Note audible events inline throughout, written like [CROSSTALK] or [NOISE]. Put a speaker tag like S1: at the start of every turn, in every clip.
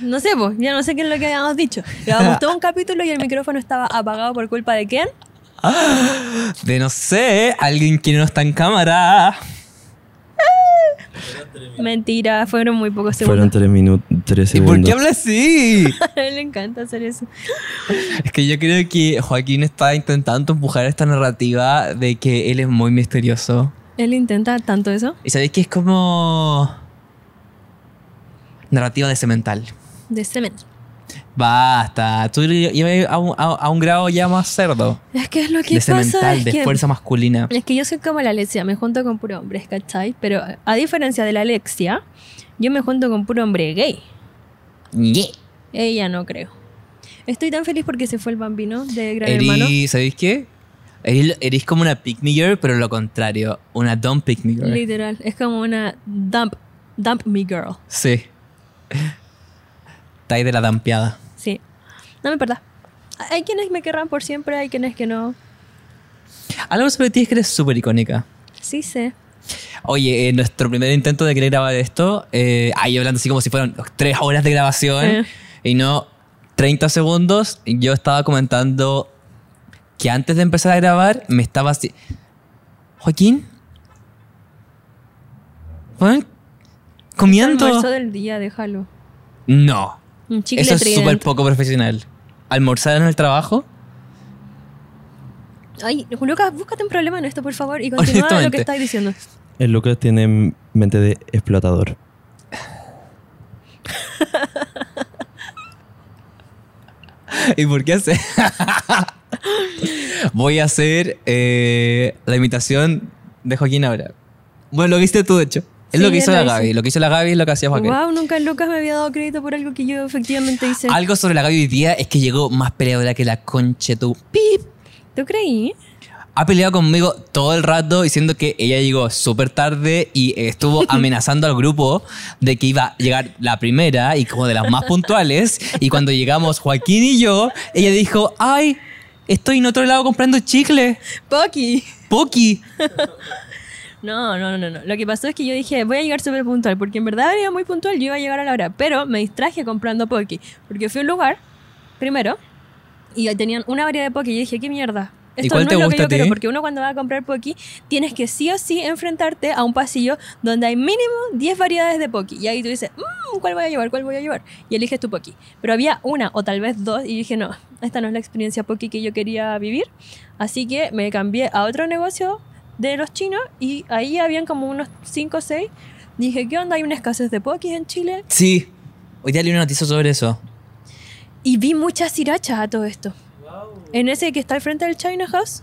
S1: no sé, pues, ya no sé qué es lo que habíamos dicho. Grabamos
S2: [LAUGHS]
S1: todo un capítulo y el micrófono estaba apagado por culpa de quién?
S2: De no sé, alguien que no está en cámara.
S1: Mentira, fueron muy pocos
S3: Fueron
S1: segundos.
S3: tres minutos, tres
S2: ¿Y por
S3: segundos.
S2: qué habla así?
S1: [LAUGHS] A él le encanta hacer eso.
S2: Es que yo creo que Joaquín está intentando empujar esta narrativa de que él es muy misterioso.
S1: Él intenta tanto eso
S2: Y sabéis que es como. Narrativa de cemental.
S1: de cemento.
S2: Basta. Tú ibas a un, a- a un grado ya más cerdo.
S1: Es que es lo que
S2: De
S1: pasa.
S2: cemental,
S1: Es
S2: de
S1: que,
S2: fuerza masculina.
S1: es que yo soy como la Alexia, me junto con puro hombre, ¿cachai? Pero a diferencia de la Alexia, yo me junto con puro hombre gay.
S2: Yeah.
S1: Ella no creo. Estoy tan feliz porque se fue el bambino de Gran Hermano.
S2: Eri, ¿sabéis qué? Eri- Eres como una pick me girl, pero lo contrario. Una don't pick me girl.
S1: Literal, es como una dump, dump me girl.
S2: Sí. Tai de la dampeada.
S1: Sí. No me importa. Hay quienes me querrán por siempre, hay quienes que no.
S2: Algo sobre ti es que eres súper icónica.
S1: Sí sé.
S2: Oye, en nuestro primer intento de querer grabar esto, eh, ahí hablando así como si fueran tres horas de grabación
S1: Eh.
S2: y no 30 segundos, yo estaba comentando que antes de empezar a grabar me estaba así... Joaquín, Juan, comiendo.
S1: Almuerzo del día, déjalo.
S2: No,
S1: Un chicle
S2: eso es
S1: Trident.
S2: súper poco profesional. Almorzar en el trabajo,
S1: Ay, Lucas, búscate un problema en esto, por favor, y continúa lo
S2: Honestamente.
S1: que estás
S2: [LAUGHS]
S1: diciendo.
S3: El Lucas tiene mente de explotador.
S2: ¿Y por qué hacer? [LAUGHS] Voy a hacer eh, la imitación de Joaquín ahora. Bueno, lo que hiciste tú, de hecho.
S1: Sí,
S2: Es lo que
S1: yo
S2: hizo
S1: lo
S2: la
S1: hice.
S2: Gaby. Lo que hizo la Gaby es lo que hacía Joaquín.
S1: Wow, nunca Lucas me había dado crédito por algo que yo efectivamente hice.
S2: Algo sobre la Gaby hoy día es que llegó más peleadora que la conche tu. ¡Pip!
S1: ¿Tú creí?
S2: Ha peleado conmigo todo el rato diciendo que ella llegó súper tarde y
S1: [LAUGHS]
S2: estuvo amenazando al grupo de que iba a llegar la primera y como de las más puntuales. Y cuando llegamos Joaquín y yo, ella dijo, ay, estoy en otro lado comprando chicle.
S1: Pocky.
S2: Poki.
S1: No, no, no, no. Lo que pasó es que yo dije, voy a llegar súper puntual, porque en verdad era muy puntual, yo iba a llegar a la hora, pero me distraje comprando Pocky, porque fui a un lugar, primero, y ahí tenían una variedad de Pocky, y yo dije, qué mierda.
S2: ¿Y
S1: Esto
S2: cuál
S1: no
S2: te
S1: es lo
S2: gusta
S1: que
S2: a
S1: yo
S2: ti?
S1: quiero, porque uno cuando va a comprar Pocky, tienes que sí o sí enfrentarte a un pasillo donde hay mínimo 10 variedades de Pocky, y ahí tú dices, mmm, ¿cuál voy a llevar? ¿Cuál voy a llevar? Y eliges tu Pocky. Pero había una o tal vez dos, y dije, no, esta no es la experiencia Pocky que yo quería vivir, así que me cambié a otro negocio de los chinos y ahí habían como unos 5 o 6. Dije, ¿qué onda? Hay una escasez de pokis en Chile.
S2: Sí. Hoy día leí una noticia sobre eso.
S1: Y vi muchas sirachas a todo esto. En ese que está al frente del China House,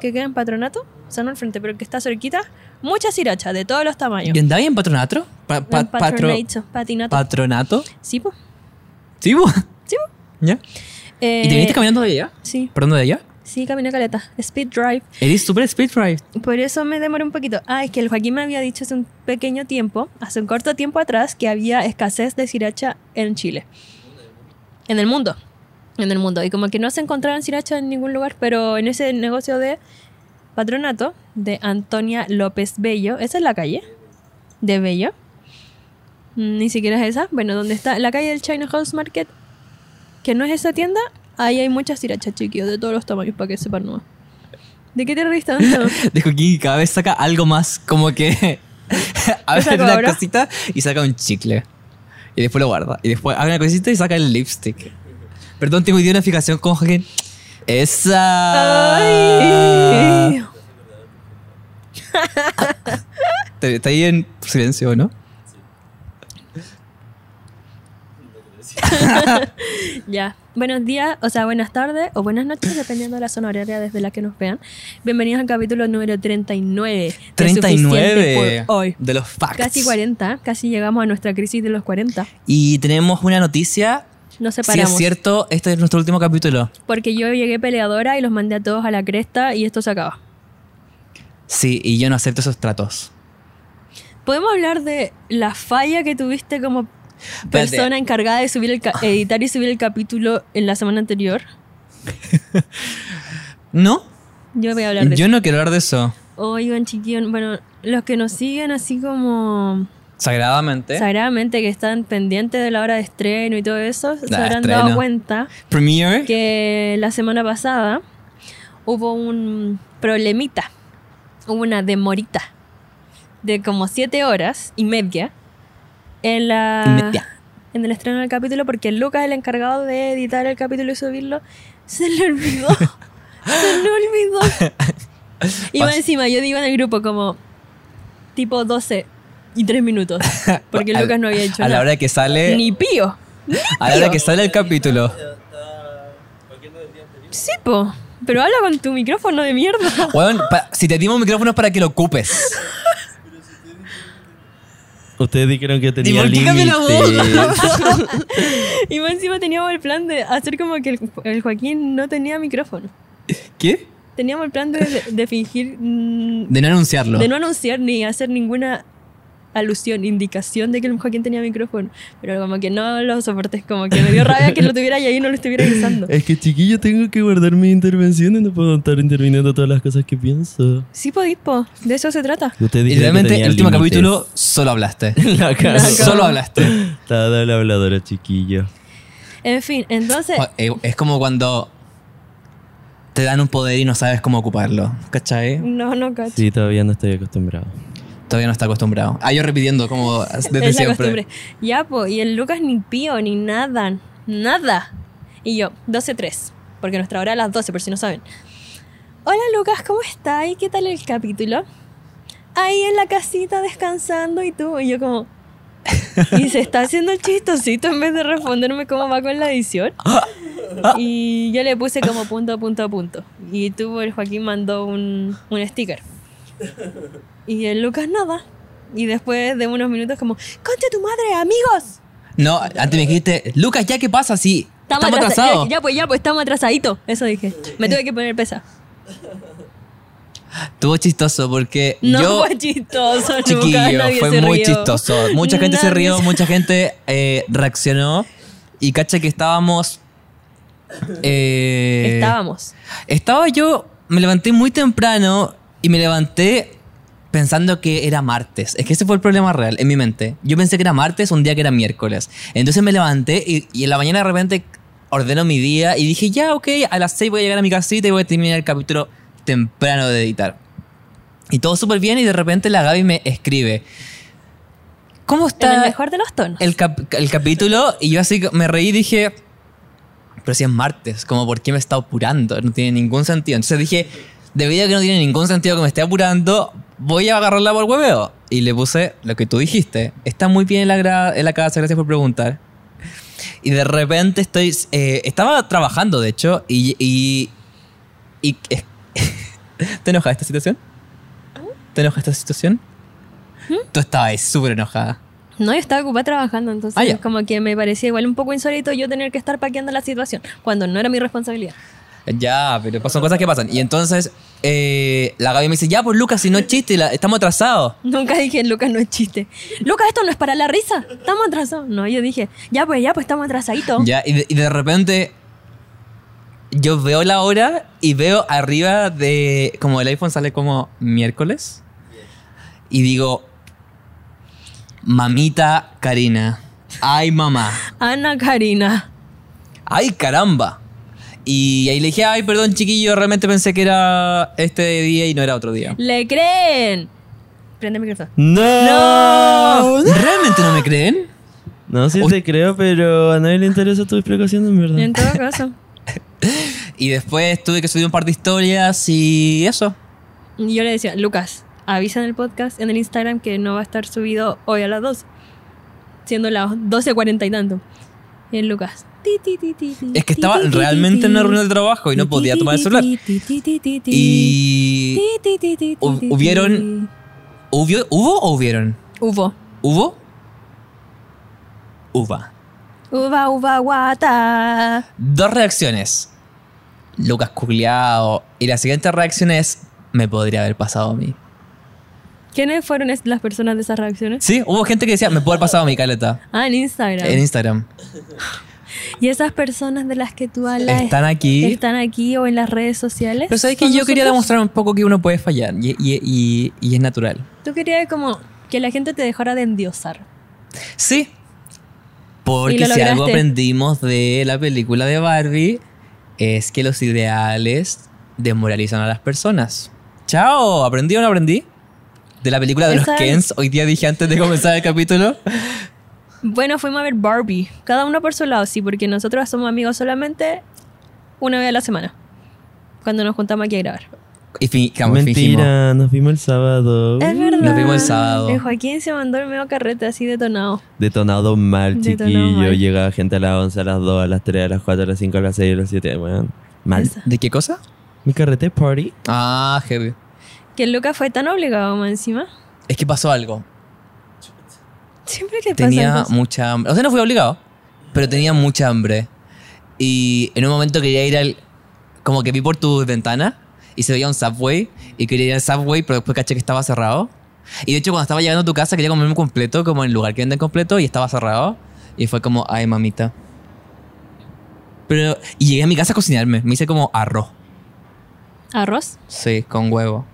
S1: que queda en patronato, o sea, no al frente, pero que está cerquita, muchas sirachas de todos los tamaños.
S2: ¿Y andaba en patronato? Pa- pa-
S1: En
S2: patro-
S1: patronato, patinato.
S2: ¿Patronato?
S1: sí, po.
S2: Sí, bu.
S1: Sí,
S2: [LAUGHS] ¿Ya?
S1: Eh,
S2: ¿Y te viniste caminando de allá?
S1: Sí,
S2: ¿Perdón, de allá?
S1: sí, caminé caleta. Speed drive.
S2: Eres súper speed ride.
S1: Por eso me demoré un poquito. Ah, es que el Joaquín me había dicho hace un pequeño tiempo, hace un corto tiempo atrás, que había escasez de sriracha en Chile. En el mundo. En el mundo. Y como que no se encontraban sriracha en ningún lugar, pero en ese negocio de patronato de Antonia López Bello, ¿esa es la calle? De Bello. Mm, Ni siquiera es esa. Bueno, donde está la calle del China House Market, que no es esa tienda, ahí hay muchas sirachas, chiquillos, de todos los tamaños, para que sepan nomás. ¿De qué te ríes tanto?
S2: De Joaquín cada vez saca algo más como
S1: [LAUGHS]
S2: que... [LAUGHS] abre
S1: saco
S2: una
S1: ahora?
S2: cosita y saca un chicle. Y después lo guarda. Y después abre una cosita y saca el lipstick. Perdón, tengo hoy día una fijación con Joaquín. ¡Esa!
S1: Ay.
S2: Te- Está ahí en silencio, ¿no?
S1: Ya. Buenos días, o sea, buenas tardes o buenas noches, dependiendo de la zona horaria desde la que nos vean. Bienvenidos al capítulo número 39. de
S2: 39
S1: Suficiente por hoy.
S2: de los facts.
S1: Casi 40, casi llegamos a nuestra crisis de los 40.
S2: Y tenemos una noticia.
S1: Nos
S2: Si
S1: separamos.
S2: es cierto, este es nuestro último capítulo.
S1: Porque yo llegué peleadora y los mandé a todos a la cresta y esto se acaba.
S2: Sí, y yo no acepto esos tratos.
S1: ¿Podemos hablar de la falla que tuviste como persona encargada de subir el ca- editar y subir el capítulo en la semana anterior?
S2: No,
S1: Yo voy a hablar de eso.
S2: yo no quiero hablar de eso.
S1: Oigan, chiquillos, bueno, los que nos siguen así como
S2: sagradamente.
S1: sagradamente que están pendientes de la hora de estreno y todo eso, se
S2: Ah,
S1: habrán
S2: estreno.
S1: dado cuenta
S2: Premiere.
S1: que la semana pasada hubo un problemita, hubo una demorita de como siete horas y media en la
S2: Y media.
S1: en el estreno del capítulo porque Lucas, el encargado de editar el capítulo y subirlo, se le olvidó. se le
S2: [LAUGHS]
S1: olvidó. Y más
S2: Pas-
S1: encima, yo digo en el grupo como tipo 12 y 3 minutos porque Lucas no había hecho
S2: [LAUGHS] A la
S1: nada.
S2: hora que sale.
S1: Ni pío.
S2: a la hora que sale el capítulo.
S1: Sí, po. Pero habla con tu micrófono de mierda.
S2: Weón, pa- si te dimos micrófono para que lo ocupes.
S3: Ustedes dijeron que tenía
S2: por qué cambia la
S3: límites.
S1: Y más encima teníamos el plan de hacer como que el, el Joaquín no tenía micrófono.
S2: ¿Qué?
S1: Teníamos el plan de, de fingir mm,
S2: De no anunciarlo.
S1: de no anunciar ni hacer ninguna alusión, indicación de que el Joaquín tenía micrófono. Pero como que no lo soporté, como que me dio rabia que lo tuviera y ahí no lo estuviera
S3: [LAUGHS]
S1: usando.
S3: [LAUGHS] Es que chiquillo, tengo que guardar mis intervenciones, no puedo estar interviniendo todas las cosas que pienso.
S1: Sí, po, dispo, de eso se trata.
S3: Ustedes
S2: Y
S3: dijeron que
S2: realmente
S3: tenía
S2: el último
S3: límites.
S2: capítulo solo hablaste.
S3: [LAUGHS] La cara.
S2: solo hablaste.
S3: Estaba la habladora, chiquillo.
S1: En fin, entonces,
S2: O- eh, Es como cuando te dan un poder y no sabes cómo ocuparlo. ¿Cachai?
S1: no, no cacho.
S3: Sí, todavía no estoy acostumbrado.
S2: Todavía no está acostumbrado. Ah, yo repitiendo como [LAUGHS] desde
S1: [LAUGHS] es la
S2: siempre.
S1: costumbre. Ya, po, y el Lucas ni pío, ni nada, nada. Y yo, 12.3, porque nuestra hora es las 12, por si no saben. Hola Lucas, ¿cómo estás? ¿Y qué tal el capítulo? Ahí en la casita descansando y tú, y yo
S2: [LAUGHS]
S1: como... Y se está haciendo el chistosito en vez de responderme cómo va con la edición. Y yo le puse como punto, punto, punto. Y tú, el Joaquín, mandó un, un sticker. Y el Lucas nada. Y después de unos minutos como, ¡Concha tu madre, amigos!
S2: No, antes me dijiste, Lucas, ¿ya qué pasa si estamos,
S1: atrasa-
S2: atrasados?
S1: Ya, ya, pues, ya, pues, estamos atrasaditos. Eso dije. Me tuve que poner pesa.
S2: Estuvo chistoso porque
S1: No
S2: yo...
S1: fue chistoso, Lucas.
S2: Chiquillo,
S1: nadie
S2: fue
S1: se
S2: muy
S1: rió.
S2: chistoso. Mucha gente se
S1: Nadie
S2: rió,
S1: se-
S2: mucha gente eh, reaccionó. Y cacha que estábamos. eh,
S1: Estábamos.
S2: Estaba yo. Me levanté muy temprano y me levanté pensando que era martes. Es que ese fue el problema real en mi mente. Yo pensé que era martes, un día que era miércoles. Entonces me levanté y, y en la mañana de repente ordeno mi día y dije, ya, ok, a las 6 voy a llegar a mi casita y voy a terminar el capítulo temprano de editar. Y todo súper bien y de repente la Gaby me escribe. ¿Cómo
S1: En el
S2: está
S1: mejor de los tonos.
S2: el, cap- el capítulo? Y yo así me reí y dije, pero si es martes, como por qué me está apurando, no tiene ningún sentido. Entonces dije, debido a que no tiene ningún sentido que me esté apurando, voy a agarrarla por hueveo. Y le puse lo que tú dijiste, está muy bien en la, gra- en la casa, gracias por preguntar. Y de repente estoy, eh, estaba trabajando de hecho, y... y, y- [LAUGHS] ¿Te enoja esta situación? ¿Te enoja esta situación? Tú estabas súper enojada.
S1: No, yo estaba ocupada trabajando, entonces
S2: Ah, ya.
S1: como que me parecía igual un poco insólito yo tener que estar paqueando la situación cuando no era mi responsabilidad.
S2: Ya, pero pues, son cosas que pasan. Y entonces eh, la Gaby me dice, ya, pues Lucas, si no es chiste, la- estamos atrasados.
S1: Nunca dije, Lucas, no es chiste. Lucas, esto no es para la risa. Estamos atrasados. No, yo dije, ya pues, ya pues, estamos atrasaditos.
S2: Ya, y de, y de repente yo veo la hora y veo arriba de, como el iPhone sale como miércoles. Y digo, mamita Karina, ay mamá.
S1: Ana Karina.
S2: ¡Ay, caramba! Y ahí le dije, ay, perdón, chiquillo, realmente pensé que era este día y no era otro día.
S1: ¿Le creen? Prende el micrófono.
S3: ¡No!
S2: ¿Realmente no me creen?
S3: No, sí
S2: Uy.
S3: te creo, pero a nadie le interesa tu explicación, en
S2: Mm.
S3: verdad.
S1: En todo
S2: [LAUGHS]
S1: caso.
S2: Y después tuve que subir un par de historias y eso.
S1: Y yo le decía, Lucas, avisa en el podcast, en el Instagram, que no va a estar subido hoy a las 2. Siendo las 12.40 y tanto. Y el Lucas. ti, ti, ti, ti, ti,
S2: Es que
S1: ti,
S2: estaba
S1: ti, ti,
S2: realmente
S1: ti,
S2: en una reunión de
S1: ti,
S2: trabajo y no
S1: ti,
S2: podía
S1: ti,
S2: tomar el
S1: ti,
S2: celular.
S1: ti, ti, ti, ti, ti, ti,
S2: Y
S1: ti, ti, ti, ti,
S2: hu-
S1: ti,
S2: hubieron- ¿hubo, ¿hubo o hubieron?
S1: ti. Hubo.
S2: ¿Hubo? Uva.
S1: Uva, uva, guata.
S2: Dos reacciones. Lucas cucleado. Y la siguiente reacción es, me podría haber pasado a mí.
S1: ¿Quiénes fueron es- las personas de esas reacciones?
S2: Sí, hubo gente que decía, me puede haber pasado a mí, Caleta.
S1: Ah, en Instagram.
S2: En Instagram.
S1: y esas personas de las que tú hablas
S2: Están aquí.
S1: están aquí o en las redes sociales.
S2: Pero sabes que
S1: ¿Son
S2: yo quería
S1: nosotros?
S2: demostrar un poco que uno puede fallar y- y- y- y es natural.
S1: Tú querías como que la gente te dejara de endiosar.
S2: Sí.
S1: Y
S2: Porque
S1: lo
S2: si algo
S1: lograste.
S2: aprendimos de la película de Barbie es que los ideales desmoralizan a las personas. Chao, ¿aprendí o no aprendí? De la película de los
S1: Esa-
S2: Kens, hoy día dije antes de comenzar el capítulo.
S1: Bueno, fuimos a ver Barbie. Cada uno por su lado, sí, porque nosotros somos amigos solamente una vez a la semana. Cuando nos juntamos aquí a grabar.
S2: Y fin- como fingimos.
S3: Mentira, nos vimos el sábado.
S1: Es verdad.
S2: Nos vimos el sábado.
S1: El Joaquín se mandó el medio carrete así detonado.
S3: Detonado mal,
S1: Detonado
S3: chiquillo.
S1: mal.
S3: Llegaba gente a las 11, a las 2, a las 3, a las 4, a las 5, a las 6, a las 7. Bueno, mal.
S1: Esa.
S2: ¿De qué cosa?
S3: Mi carrete party.
S2: Ah, heavy.
S1: Que el Lucas fue tan obligado más encima.
S2: Es que pasó algo.
S1: Siempre que pasa
S2: Tenía
S1: algo así.
S2: mucha hambre. O sea, no fui obligado, pero tenía mucha hambre. Y en un momento quería ir al. Como que vi por tu ventana y se veía un subway y quería ir al subway, pero después caché que estaba cerrado. Y de hecho, cuando estaba llegando a tu casa, quería comerme un completo, como en el lugar que venden completo, y estaba cerrado. Y fue como, ay, mamita. Pero. Y llegué a mi casa a cocinarme. Me hice como arroz.
S1: Arroz.
S2: Sí, con huevo.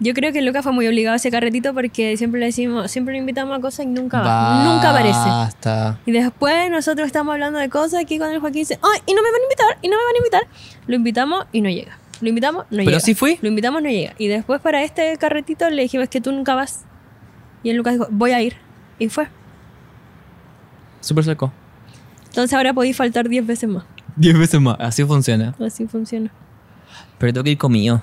S1: Yo creo que el Lucas fue muy obligado a ese carretito porque siempre le decimos, siempre lo invitamos a cosas y nunca va. Nunca aparece.
S2: Basta.
S1: Y después nosotros estamos hablando de cosas que cuando el Joaquín dice, ay, y no me van a invitar, y no me van a invitar. Lo invitamos y no llega. Lo invitamos, no llega.
S2: Pero sí fui.
S1: Lo invitamos, no llega. Y después para este carretito le dijimos, es que tú nunca vas. Y el Lucas dijo, voy a ir. Y fue.
S2: Súper seco.
S1: Entonces ahora podéis faltar 10 veces más.
S2: Diez veces más. Así funciona.
S1: Así funciona.
S2: Pero tengo que ir comido.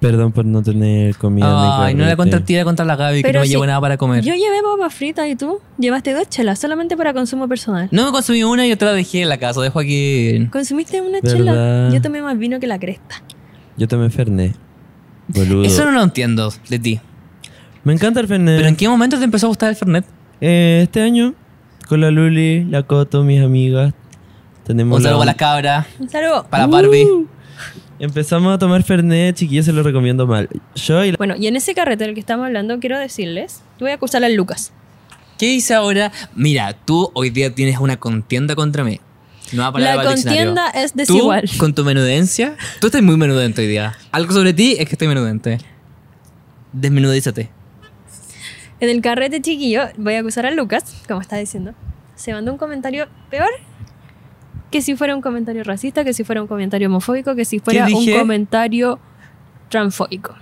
S3: Perdón por no tener comida.
S2: Ay, no la
S3: conté
S2: contratira contra la Gaby, que
S1: Pero
S2: no me
S1: si-
S2: llevo nada para comer.
S1: Yo llevé papas fritas y tú llevaste dos chelas solamente para consumo personal.
S2: No me consumí una y otra la dejé en la casa, dejo aquí.
S1: Consumiste una
S3: ¿Verdad?
S1: chela. Yo tomé más vino que la cresta.
S3: Yo tomé Fernet. Boludo.
S2: Eso no lo entiendo de ti.
S3: Me encanta el Fernet.
S2: ¿Pero en qué momento te empezó a gustar el Fernet?
S3: Eh, este año, con la Luli, la Coto, mis amigas, tenemos.
S2: Un saludo para
S3: la-
S2: las cabras,
S1: Un saludo.
S2: para Barbie.
S3: Empezamos a tomar Fernet, chiquillos, se lo recomiendo mal. Yo y la.
S1: Bueno, y en ese carrete del que estamos hablando, quiero decirles, yo voy a acusar al Lucas.
S2: ¿Qué hice ahora? Mira, tú hoy día tienes una contienda contra mí. No va a parar
S1: La contienda es
S2: Tú,
S1: desigual.
S2: con tu menudencia, tú estás muy menudente hoy día. Algo sobre ti es que estoy menudente. Desmenudízate.
S1: [LAUGHS] En el carrete chiquillo, voy a acusar a Lucas, como está diciendo. Se mandó un comentario peor que si fuera un comentario racista, que si fuera un comentario homofóbico, que si fuera un
S2: dije?
S1: comentario transfóbico.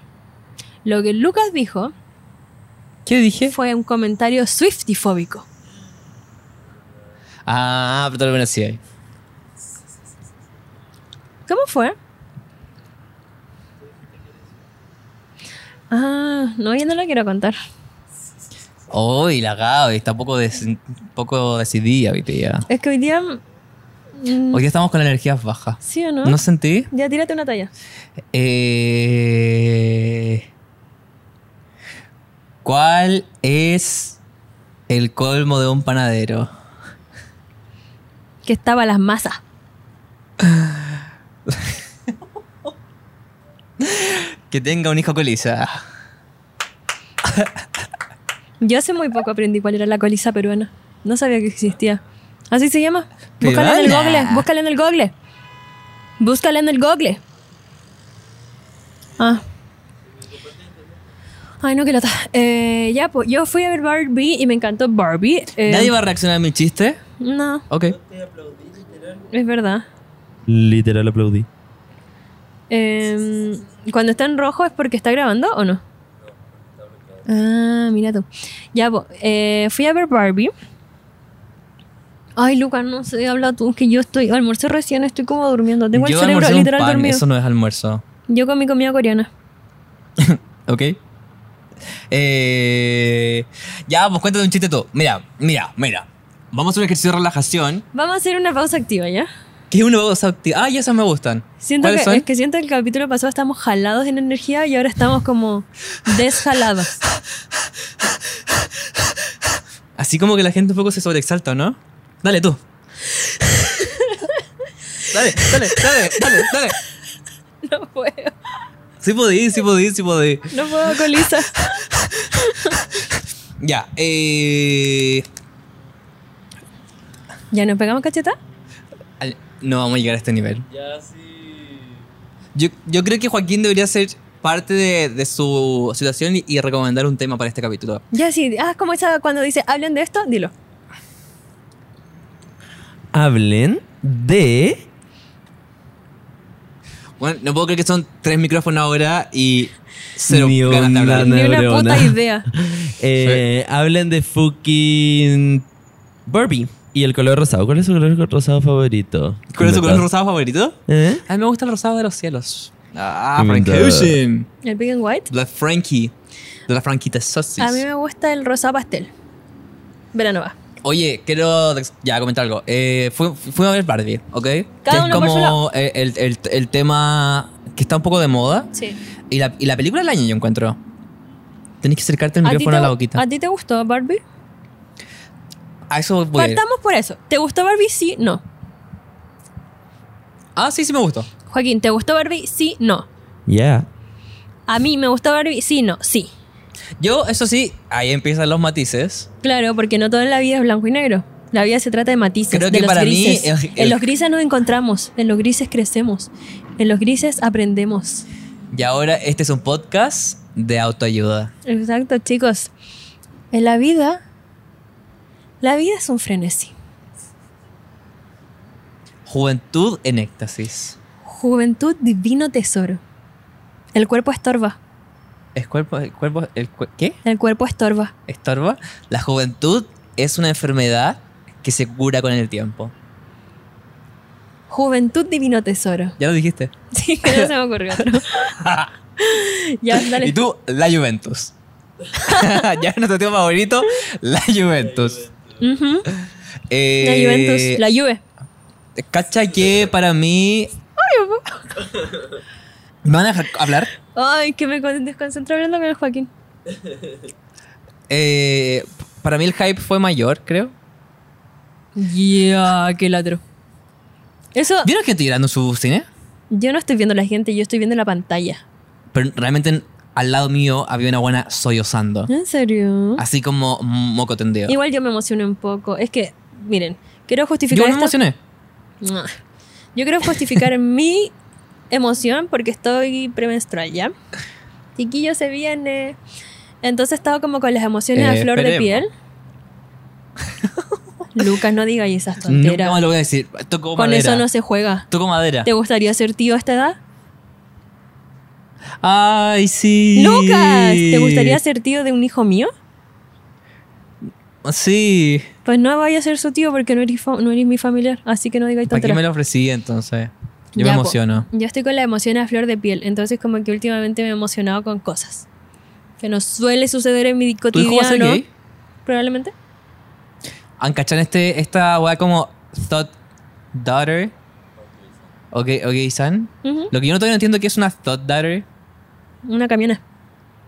S1: Lo que Lucas dijo
S2: ¿Qué dije?
S1: fue un comentario swiftifóbico.
S2: Ah, pero te lo merecí ahí.
S1: ¿Cómo fue? Ah, no, yo no lo quiero contar.
S2: Uy, la Gaby está poco, des- poco decidida hoy día.
S1: Es que hoy día... mm,
S2: Hoy día estamos con energías bajas.
S1: ¿Sí o no?
S2: ¿No sentí?
S1: Ya tírate una talla.
S2: Eh, ¿Cuál es el colmo de un panadero?
S1: Que estaba las masas.
S2: Que tenga un hijo con Lisa.
S1: Yo hace muy poco aprendí cuál era la coliza peruana. No sabía que existía. ¿Así se llama? Búscala
S2: Peruana.
S1: en el google, búscala en el google. Búscala en el google. Ah. Ay, no, qué lata. Eh, ya, pues yo fui a ver Barbie y me encantó Barbie. Eh,
S2: ¿Nadie va a reaccionar a mi chiste?
S1: No,
S2: Ok.
S1: es verdad.
S3: Literal aplaudí.
S1: Eh, cuando está en rojo es porque está grabando o no? Ah, mira tú. Ya, po, eh, fui a ver Barbie. Ay, Lucas, no sé, habla tú, que yo estoy, almorcé recién, estoy como durmiendo. Tengo el
S2: Yo
S1: cerebro
S2: almorcé un
S1: literal
S2: pan,
S1: dormido.
S2: Eso no es almuerzo.
S1: Yo comí comida coreana.
S2: ¿Ok? Eh, ya, pues cuéntate un chiste tú. Mira, mira, mira. Vamos a hacer un ejercicio de relajación.
S1: Vamos a hacer una pausa activa, ¿ya?
S2: Que uno va a usar acti- Ah, y esas me gustan.
S1: Siento que,
S2: ¿Cuáles son?
S1: es que siento que el capítulo pasado estábamos jalados en energía y ahora estamos
S2: [LAUGHS]
S1: como desjalados.
S2: Así como que la gente un poco se sobreexalta, ¿o ¿no? Dale tú. [LAUGHS] dale, dale, dale, dale, dale.
S1: No puedo,
S2: Sí podí, sí podí, sí podí.
S1: no puedo con Lisa.
S2: Ya, eh...
S1: ¿Ya nos pegamos cacheta?
S2: al- No vamos a llegar a este nivel. Ya, sí. Yo, yo creo que Joaquín debería ser parte de, de su situación y, y recomendar un tema para este capítulo.
S1: Ya sí, ah, como esa cuando dice, hablen de esto, dilo.
S3: Hablen de.
S2: Bueno, no puedo creer que son tres micrófonos ahora y cero
S3: Ni
S2: ganas de hablar.
S3: una
S1: Ni una
S3: neurona.
S1: puta idea.
S3: Eh, Hablen de fucking. Barbie. Y el color rosado. ¿Cuál es su color rosado favorito?
S2: ¿Cuál es tu color
S3: Inventado.
S2: rosado favorito?
S3: ¿Eh?
S2: A mí me gusta el rosado de los cielos. Ah,
S3: Inventado.
S2: Frankie. Ocean.
S1: [LAUGHS] El Big and White.
S2: La Frankie. De la Franquita Sausage.
S1: A mí me gusta el rosa pastel. Verano va.
S2: Oye, quiero des- ya comentar algo. Eh, fui, fui a ver Barbie, ¿ok? que es
S1: uno por su
S2: como
S1: lado.
S2: eh, el, el- el tema que está un poco de moda.
S1: Sí.
S2: Y la, y la película del año, yo encuentro. Tenés que acercarte el
S1: ¿A ti
S2: micrófono
S1: te-
S2: a la boquita.
S1: ¿A ti te gustó Barbie?
S2: A eso voy. a ir.
S1: Partamos por eso. ¿Te gustó Barbie? Sí, no.
S2: Ah, sí, sí me gustó.
S1: Joaquín, ¿te gustó Barbie? Sí, no.
S3: Yeah.
S1: A mí me gustó Barbie, sí, no, sí.
S2: Yo, eso sí, ahí empiezan los matices.
S1: Claro, porque no todo en la vida es blanco y negro. La vida se trata de matices,
S2: Creo
S1: de
S2: que
S1: los
S2: para mí
S1: grises.
S2: el- el-
S1: En los grises nos encontramos, en los grises crecemos, en los grises aprendemos.
S2: Y ahora este es un podcast de autoayuda.
S1: Exacto, chicos. En la vida, la vida es un frenesí.
S2: Juventud en éxtasis.
S1: Juventud, divino tesoro. El cuerpo estorba,
S2: ¿Es cuerpo, el cuerpo, el cue- qué?
S1: el cuerpo estorba.
S2: ¿Estorba? La juventud es una enfermedad que se cura con el tiempo.
S1: Juventud, divino tesoro. [LAUGHS]
S2: Ya lo dijiste.
S1: Sí, que no se me ocurrió otro.
S2: [LAUGHS]
S1: ya, dale.
S2: Y tú, la Juventus. [LAUGHS] ya es nuestro tío favorito, la Juventus.
S1: Ujú.
S2: Eh,
S1: La Juventus, la Juve.
S2: Cacha que para mí. ¿Me van a dejar hablar?
S1: Ay, que me con- desconcentro hablando con el Joaquín.
S2: Eh, para mí el hype fue mayor, creo.
S1: Ya, qué ladro. Eso,
S2: ¿Vieron gente tirando su cine?
S1: yo no estoy viendo la gente, yo estoy viendo la pantalla.
S2: Pero realmente al lado mío había una buena sollozando.
S1: ¿En serio?
S2: Así como moco tendido.
S1: Igual yo me emocioné un poco. Es que, miren, quiero
S2: Yo
S1: justificar
S2: me
S1: esto.
S2: emocioné.
S1: Ah. Yo quiero
S2: [LAUGHS]
S1: justificar mi emoción porque estoy premenstrual, ¿ya? Chiquillo se viene. Entonces estaba como con las emociones
S2: Eh,
S1: a flor de piel.
S2: esperemos. [LAUGHS]
S1: Lucas, no digas esas
S2: Nunca
S1: tonteras.
S2: más lo voy a decir. Toco
S1: con
S2: madera.
S1: eso no se juega.
S2: Toco madera.
S1: ¿Te gustaría ser tío a esta edad?
S2: Ay, sí.
S1: Lucas, ¿te gustaría ser tío de un hijo mío?
S2: Sí.
S1: Pues no vaya a ser su tío porque no eres, fa- no eres mi familiar, así que no digáis
S2: ¿Para qué
S1: tonteras.
S2: me lo ofrecí entonces?
S1: Ya, pues.
S2: Yo me
S1: po.
S2: emociono.
S1: Yo estoy con la emoción a flor de piel, entonces como que últimamente me he emocionado con cosas que no suele suceder en mi
S2: ¿Tu hijo va a ser
S1: cotidiano.
S2: gay?
S1: Probablemente.
S2: ¿Han cachado en este, esta weá como thought daughter? Ok, ok, son.
S1: Ujú.
S2: Lo que yo no todavía no entiendo que es una thought daughter.
S1: Una [LAUGHS] camiona.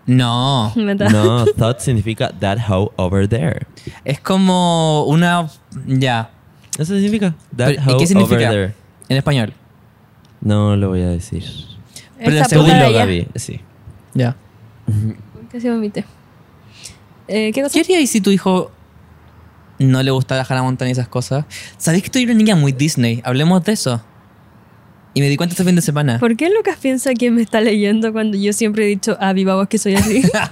S2: No.
S1: Inventada.
S3: No, thought significa that hoe over there.
S2: Es como una. Ya.
S3: Eso significa that
S2: Pero, ¿y
S3: hoe
S2: qué significa?
S3: over there.
S2: En español.
S3: No lo voy a decir.
S2: Pero
S1: Esa puta
S2: la
S3: Tú
S2: segunda
S1: de
S3: dilo,
S1: allá.
S3: Gaby. Sí.
S2: Ya.
S1: Que se vomite. Eh, ¿Qué cosa?
S2: ¿Qué harías si tu hijo no le gustara Hannah Montana y esas cosas? ¿Sabéis que tú eres una niña muy Disney? Hablemos de eso. Y me di cuenta este fin de semana.
S1: ¿Por qué Lucas piensa que me está leyendo cuando yo siempre he dicho a viva voz que soy
S2: [LAUGHS]
S1: así?
S2: Ah,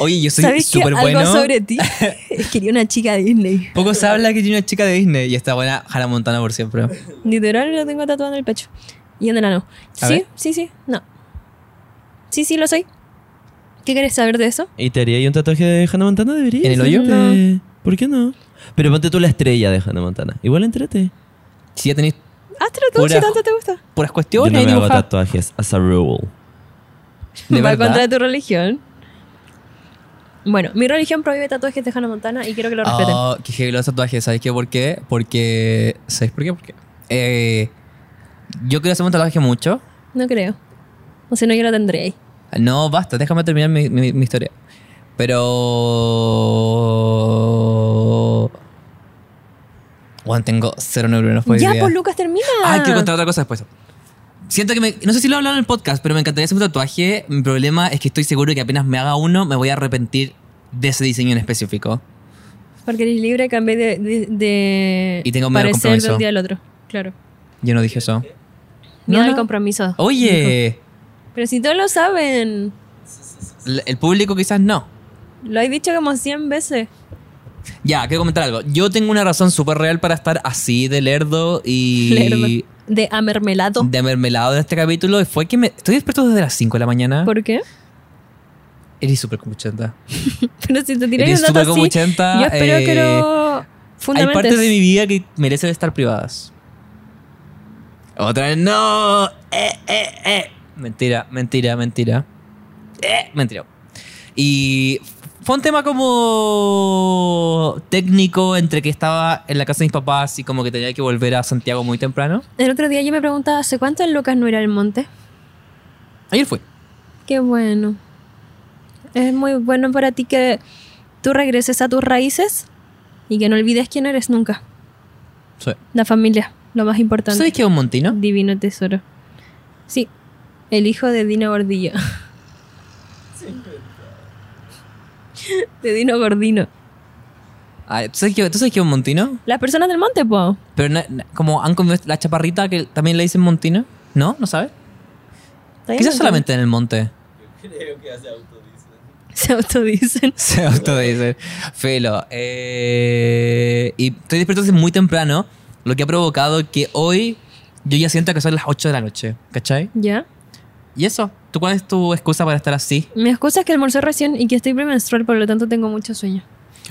S2: Oye, yo soy
S1: ¿Sabes qué?
S2: súper
S1: Algo
S2: bueno.
S1: sobre
S2: [LAUGHS]
S1: ti. Quería una chica Disney.
S2: Poco se habla que tiene una chica de Disney y está buena Hannah Montana por siempre.
S1: Literal lo tengo tatuado en el pecho. Y en el ano.
S2: A
S1: sí,
S2: ver.
S1: sí, sí. No. Sí, sí, lo soy. ¿Qué querés saber de eso?
S3: ¿Y te haría yo un tatuaje de Hannah Montana? ¿Debería?
S2: ¿En el hoyo?
S3: hacerte. ¿Por qué no? Pero ponte tú la estrella de Hannah Montana. Igual entrate.
S2: Si ya tenéis
S1: Hazte lo tú
S2: Pura-
S1: si tanto te gusta.
S2: puras
S3: Yo no
S2: cuestiones
S3: me hago
S2: dibujadas.
S3: tatuajes, as a rule.
S2: [LAUGHS] ¿De
S1: Va
S2: verdad?
S1: contra tu religión. Bueno, mi religión prohíbe tatuajes de Hannah Montana y quiero que lo respeten.
S2: Oh, qué heavy los tatuajes. ¿Sabéis qué? ¿Por qué? Porque. ¿Sabéis por qué? Porque. Eh, yo quiero hacer un tatuaje mucho.
S1: No creo. O sea, no, yo lo tendré ahí.
S2: No, basta, déjame terminar mi, mi- mi historia. Pero. Bueno, tengo cero neuronas por
S1: ya,
S2: idea.
S1: pues Lucas termina.
S2: Ah, quiero contar otra cosa después. Siento que me. No sé si lo he hablado en el podcast, pero me encantaría hacer un tatuaje. Mi problema es que estoy seguro que apenas me haga uno, me voy a arrepentir de ese diseño en específico.
S1: Porque eres libre, cambié de, de, de
S2: Y tengo menos
S1: parecer
S2: compromiso.
S1: de un día al otro. Claro.
S2: Yo no dije eso.
S1: Miedo
S2: No, no.
S1: al compromiso.
S2: Oye,
S1: Pero si todos lo saben,
S2: l- el público quizás no.
S1: lo he dicho como 100 veces.
S2: Ya, quiero comentar algo. Yo tengo una razón súper real para estar así de lerdo y
S1: [LAUGHS] Lerdo. De amermelado.
S2: de mermelado en este capítulo. Y fue que me... Estoy despierto desde las 5 de la mañana.
S1: ¿Por qué?
S2: Eres súper comuchenta.
S1: Pero si te tiras
S2: Eres
S1: un dato
S2: súper
S1: así,
S2: comuchenta.
S1: yo espero que
S2: eh,
S1: lo
S2: Hay
S1: fundamentes.
S2: partes de mi vida que merecen estar privadas. Otra vez, no. Eh, eh, eh. Mentira, mentira, mentira. Eh, mentira. Y fue un tema como técnico entre que estaba en la casa de mis papás y como que tenía que volver a Santiago muy temprano.
S1: El otro día yo me preguntaba, ¿hace cuánto el Lucas no era al monte?
S2: Ayer fue.
S1: Qué bueno. Es muy bueno para ti que tú regreses a tus raíces y que no olvides quién eres nunca.
S2: Sí.
S1: La familia, lo más
S2: ¿Tú
S1: importante.
S2: sabes que es un montino?
S1: Divino tesoro. Sí, el hijo de Dino Gordillo. [LAUGHS] de Dino Gordino.
S2: Ah, ¿Tú sabes que tú sabes que es un montino?
S1: Las personas del monte, po.
S2: Pero na- na- como han comido la chaparrita que también le dicen montino. ¿No? ¿No sabes? Quizás solamente en el monte.
S1: [LAUGHS]
S2: [LAUGHS]
S1: Se autodicen.
S2: Se autodice. Felo. eh, y estoy despierto desde muy temprano, lo que ha provocado que hoy yo ya siento que son las 8 de la noche, ¿cachai?
S1: ¿Ya?
S2: Y eso, ¿tú cuál es tu excusa para estar así?
S1: Mi excusa es que almorcé recién y que estoy premenstrual, por lo tanto tengo mucho sueño.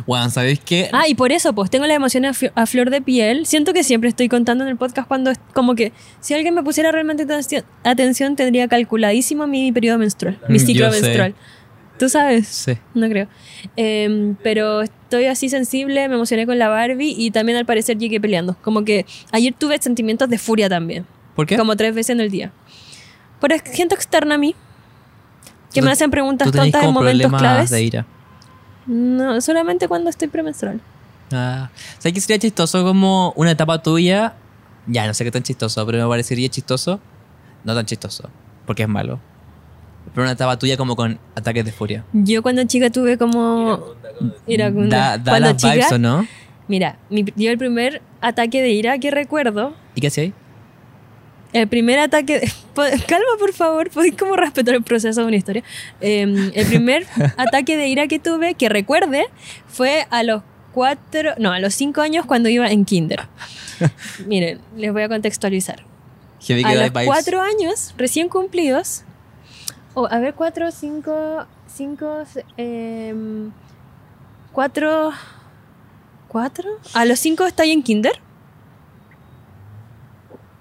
S2: Juan, ¿sabéis qué?
S1: Ah, y por eso, pues tengo las emociones a, fio- a flor de piel. Siento que siempre estoy contando en el podcast cuando es como que si alguien me pusiera realmente atenci- atención, tendría calculadísimo mi periodo menstrual, mi
S2: Mm,
S1: ciclo
S2: yo sé.
S1: menstrual. ¿Tú sabes?
S2: Sí.
S1: No creo. Em, pero estoy así sensible, me emocioné con la Barbie y también al parecer llegué peleando. Como que ayer tuve sentimientos de furia también,
S2: ¿Por qué?
S1: como tres veces en el día. Por ex- gente externa a mí, que
S2: Tú-
S1: me hacen preguntas
S2: Tú tenés
S1: tontas en
S2: como
S1: momentos
S2: problemas
S1: claves.
S2: de ira.
S1: No, solamente cuando estoy premenstrual.
S2: Ah, ¿Sabes qué sería chistoso como una etapa tuya? Ya, no sé qué tan chistoso, pero me parecería chistoso. No tan chistoso, porque es malo. Pero una etapa tuya como con ataques de furia.
S1: Yo cuando chica tuve como iracunda.
S2: Da, da
S1: cuando
S2: las
S1: chica,
S2: vibes, ¿o no?
S1: mira, mi- yo el primer ataque de ira que recuerdo,
S2: ¿Y qué hacía ahí?
S1: el primer ataque, de- [LAUGHS] po- calma por favor, podéis como respetar el proceso de una historia. Eh, el primer ataque de ira que tuve, que recuerde, fue a los cuatro, no, a los cinco años cuando iba en kinder. Miren, les voy a contextualizar.
S2: Heavy que
S1: a
S2: da
S1: los
S2: vibes.
S1: cuatro años recién cumplidos, o a ver, cuatro, cinco, cinco, se- em, cuatro, cuatro, a los cinco está ahí en kinder,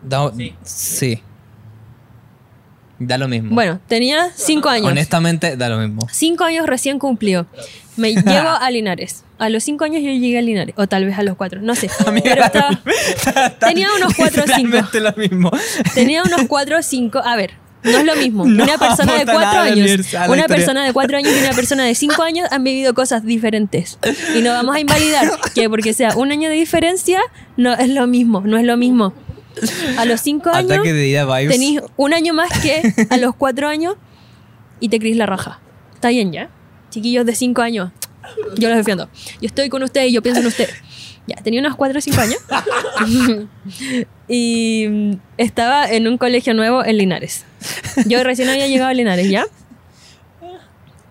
S2: Da- sí. Da lo mismo.
S1: bueno, tenía cinco años,
S2: Honestamente, da lo mismo.
S1: cinco años recién cumplido,
S2: [LAUGHS]
S1: me llevo a Linares, a los cinco años yo llegué a Linares, o tal vez a los cuatro, no
S2: [LAUGHS]
S1: sé, pero estaba- [LAUGHS] Tenía unos cuatro o cinco.
S2: Literalmente lo mismo.
S1: Tenía unos 4 o 5. A ver, no es lo mismo.
S2: [LAUGHS] No
S1: una persona de 4
S2: aporta nada a la
S1: años.
S2: univers- a la
S1: Una
S2: historia.
S1: persona de 4 años y una persona de 5 años han vivido cosas diferentes. Y no vamos a invalidar que porque sea un año de diferencia, no es lo mismo. No es lo mismo. A los 5 años
S2: Ataque de ira vibes.
S1: tenís un año más que a los 4 años y te creís la raja. Está bien ya. Chiquillos de 5 años. Yo los defiendo. Yo estoy con ustedes y yo pienso en ustedes. Ya, tenía unos 4 o 5 años. y mm, estaba en un colegio nuevo en Linares. Yo recién había llegado a Linares, ¿ya?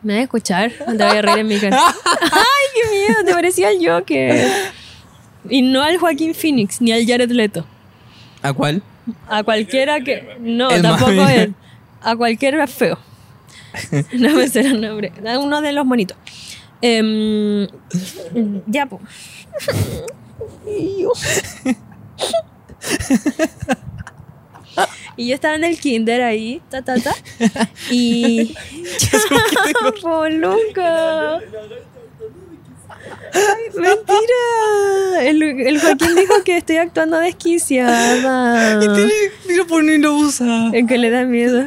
S1: Me vas a escuchar, no te voy a reír en mi cara. ¡Ay, qué miedo! Te parecía al Joker. Y no al Joaquín Phoenix, ni al Jared Leto.
S2: ¿A cuál?
S1: A cualquiera que. No,
S2: El
S1: tampoco
S2: mami.
S1: él. A cualquiera feo. No me será el nombre. A uno de los monitos. Em, ya, po. Y yo estaba en el kinder ahí, ta, ta, ta. Y. [LAUGHS] ¡Chapo, Luca! Ay, ¡Mentira! El, el Joaquín dijo que estoy actuando desquiciada.
S2: Mira por mí no usa.
S1: El que le da miedo.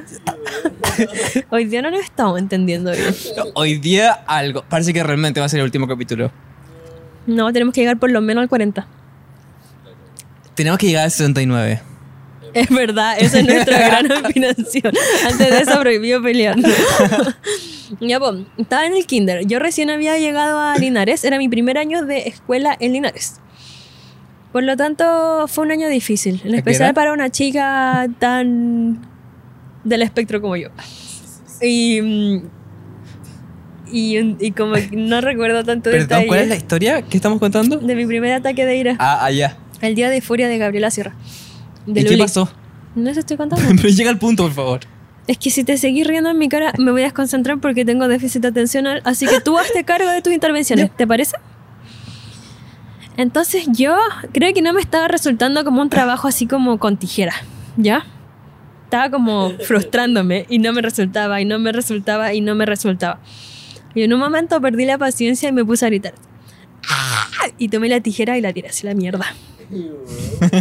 S1: [LAUGHS] Hoy día no lo estamos entendiendo bien.
S2: [LAUGHS] Hoy día algo. Parece que realmente va a ser el último capítulo.
S1: No, tenemos que llegar por lo menos al 40.
S2: Tenemos que llegar al 69.
S1: Es verdad, esa es
S2: [LAUGHS]
S1: nuestra gran opinación. Antes de eso prohibido peleando. ya, pues, estaba en el kinder. Yo recién había llegado a Linares. Era mi primer año de escuela en Linares. Por lo tanto, fue un año difícil, en especial
S2: edad?
S1: para una chica tan del espectro como yo. Y, mm, y, y como que no recuerdo tanto
S2: Perdón, ¿cuál es la
S1: detalle
S2: historia que estamos contando?
S1: de mi primer ataque de ira,
S2: Ah, allá.
S1: el día de furia de Gabriela Sierra. De
S2: ¿Y qué
S1: Luli.
S2: pasó?
S1: No se estoy
S2: [LAUGHS]
S1: contando.
S2: Pero llega al punto, por favor.
S1: Es que si te seguís riendo en mi cara, me voy a desconcentrar porque tengo déficit atencional. Así que tú hazte cargo de tus intervenciones, ¿te parece? Entonces yo creo que no me estaba resultando como un trabajo así como con tijera, ¿ya? Estaba como frustrándome y no me resultaba, y no me resultaba, y no me resultaba. Y en un momento perdí la paciencia y me puse a gritar. ¡Ah! Y tomé la tijera y la tiré hacia la mierda.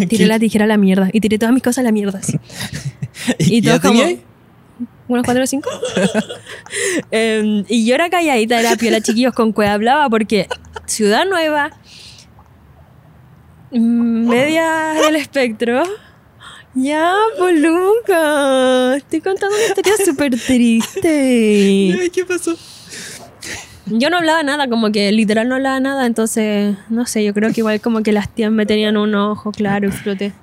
S1: Tiré la tijera a la mierda y tiré todas mis cosas a la mierda. así.
S2: [LAUGHS] ¿Y,
S1: todos
S2: ya tenía
S1: como-
S2: ahí?
S1: ¿Unos cuatro o cinco? Em, y yo era calladita, era piola, chiquillos, con cueva hablaba porque Ciudad Nueva, mm, media del espectro. Ya, pues Lucas, estoy contando una historia súper triste.
S2: Ay, ¿Qué pasó?
S1: Yo no hablaba nada, como que literal no hablaba nada, entonces, no sé, yo creo que igual como que las tías me tenían un ojo claro y flote.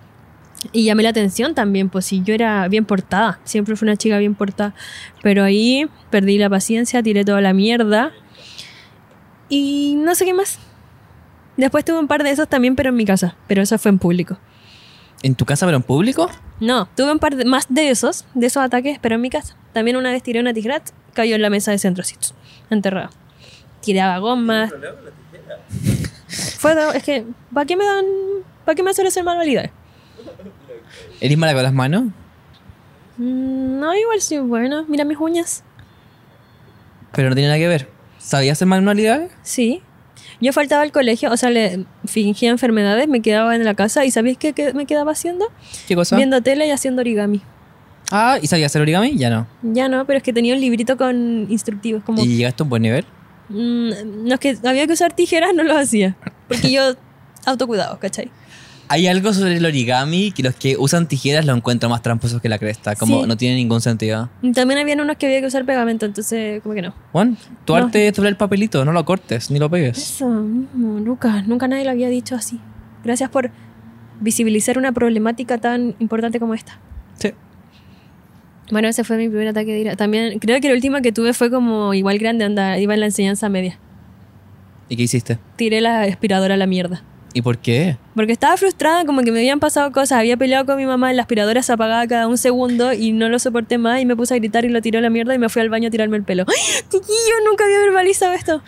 S1: Y llamé la atención también, pues si yo era bien portada, siempre fui una chica bien portada, pero ahí perdí la paciencia, tiré toda la mierda y no sé qué más. Después tuve un par de esos también, pero en mi casa, pero eso fue en público.
S2: ¿En tu casa, pero en público?
S1: No, tuve un par de, más de esos, de esos ataques, pero en mi casa. También una vez tiré una tijera, cayó en la mesa de centrocitos, enterrada. Tiraba gomas. [LAUGHS] Fue, do- es que, ¿para qué me dan, para qué me hacen hacer manualidades?
S2: ¿Eres mala con las manos?
S1: Mm, No, igual sí, bueno, mira mis uñas.
S2: Pero no tiene nada que ver. ¿Sabías hacer manualidades?
S1: Sí. Yo faltaba al colegio, o sea, le fingía enfermedades, me quedaba en la casa y ¿sabéis qué, qué me quedaba haciendo?
S2: ¿Qué cosa?
S1: Viendo tele y haciendo origami.
S2: Ah, ¿y sabías hacer origami? Ya no.
S1: Ya no, pero es que tenía un librito con instructivos, como
S2: ¿Y llegaste a un buen nivel?
S1: Mm, no es que había que usar tijeras, no lo hacía. Porque [LAUGHS] yo autocuidado, ¿cachai?
S2: Hay algo sobre el origami que los que usan tijeras lo encuentran más tramposos que la cresta. Como
S1: Sí.
S2: no tiene ningún sentido.
S1: Y También habían unos que había que usar pegamento, entonces, como que no.
S2: Juan, tu
S1: No.
S2: arte es doblar el papelito, no lo cortes ni lo pegues.
S1: Eso, mm, Lucas, nunca nadie lo había dicho así. Gracias por visibilizar una problemática tan importante como esta.
S2: Sí.
S1: Bueno, ese fue mi primer ataque de ira. También creo que el último que tuve fue como igual grande, anda, iba en la enseñanza media.
S2: ¿Y qué hiciste?
S1: Tiré la aspiradora a la mierda.
S2: ¿Y por qué?
S1: Porque estaba frustrada, como que me habían pasado cosas. Había peleado con mi mamá, la aspiradora se apagaba cada un segundo y no lo soporté más y me puse a gritar y lo tiré a la mierda y me fui al baño a tirarme el pelo. ¡Ay, Chiquillo, nunca había verbalizado
S3: [LAUGHS]
S1: esto.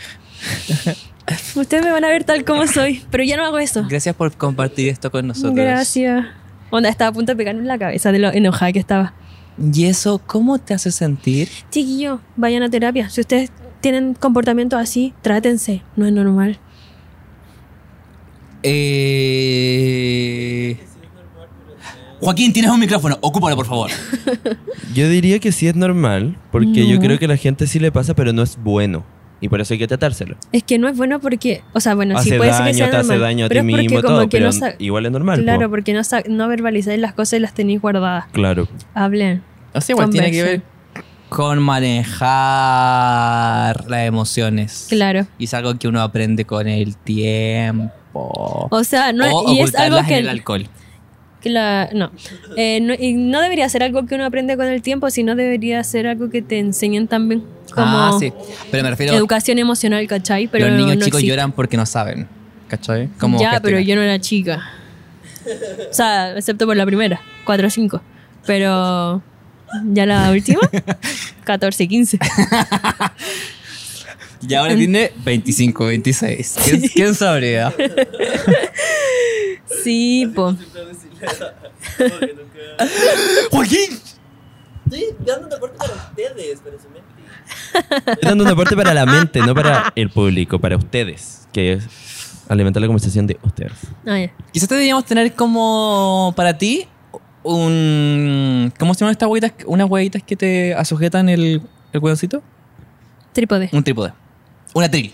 S1: Ustedes me van a ver tal como soy, pero ya no hago eso.
S2: Gracias por compartir esto con nosotros.
S1: Gracias. Onda, estaba a punto de pegarme en la cabeza de lo enojada que estaba.
S2: ¿Y eso cómo te hace sentir?
S1: Chiquillo, vayan a terapia. Si ustedes tienen comportamientos así, trátense. No es normal.
S2: Eh... Joaquín, tienes un micrófono, ocúpalo por favor.
S3: Yo diría que sí es normal, porque yo
S1: No.
S3: creo que a la gente sí le pasa, pero no es bueno. Y por eso hay que tratárselo.
S1: Es que no es bueno porque, o sea, bueno, sí
S3: hace
S1: puede ser que
S3: daño,
S1: sea
S3: te hace
S1: normal,
S3: daño a
S1: pero
S3: ti
S1: es porque
S3: mismo,
S1: como
S3: todo,
S1: que
S3: pero
S1: no sa-
S3: igual es normal.
S1: Claro,
S3: po.
S1: porque no, sa- no verbalizáis las cosas y las tenéis guardadas.
S3: Claro.
S1: Hablen.
S2: O sea, igual tiene que ver
S1: Conversen.
S2: con manejar las emociones.
S1: Claro.
S2: Y es algo que uno aprende con el tiempo.
S1: O sea, no,
S2: o
S1: y es algo
S2: ocultarlas en el
S1: que,
S2: alcohol.
S1: que la- no. Eh, no- y no debería ser algo que uno aprende con el tiempo, sino debería ser algo que te enseñen también como
S2: ah, sí. Pero me refiero
S1: educación emocional, ¿cachai? Pero
S2: los niños
S1: no
S2: chicos
S1: existe.
S2: lloran porque no saben. ¿Cachai? Como
S1: ya,
S2: gestionar.
S1: pero yo no era chica. O sea, excepto por la primera, 4 o 5. Pero ya la
S2: [LAUGHS]
S1: última, 14, 15.
S2: Y ahora tiene 25, 26. [LAUGHS] ¿Quién, quién sabría?
S1: Sí, po.
S2: ¡Joaquín!
S4: Estoy dando una parte para ustedes, para su mente.
S3: Estoy dando una parte para la mente, no para el público, para ustedes, que es alimentar la conversación de ustedes.
S1: Ah, ya.
S2: Quizás deberíamos tener como para ti un. ¿Cómo se llaman estas huevitas? Unas huevitas que te asujetan el, el hueoncito.
S1: Trípode.
S2: Un trípode. Una tril.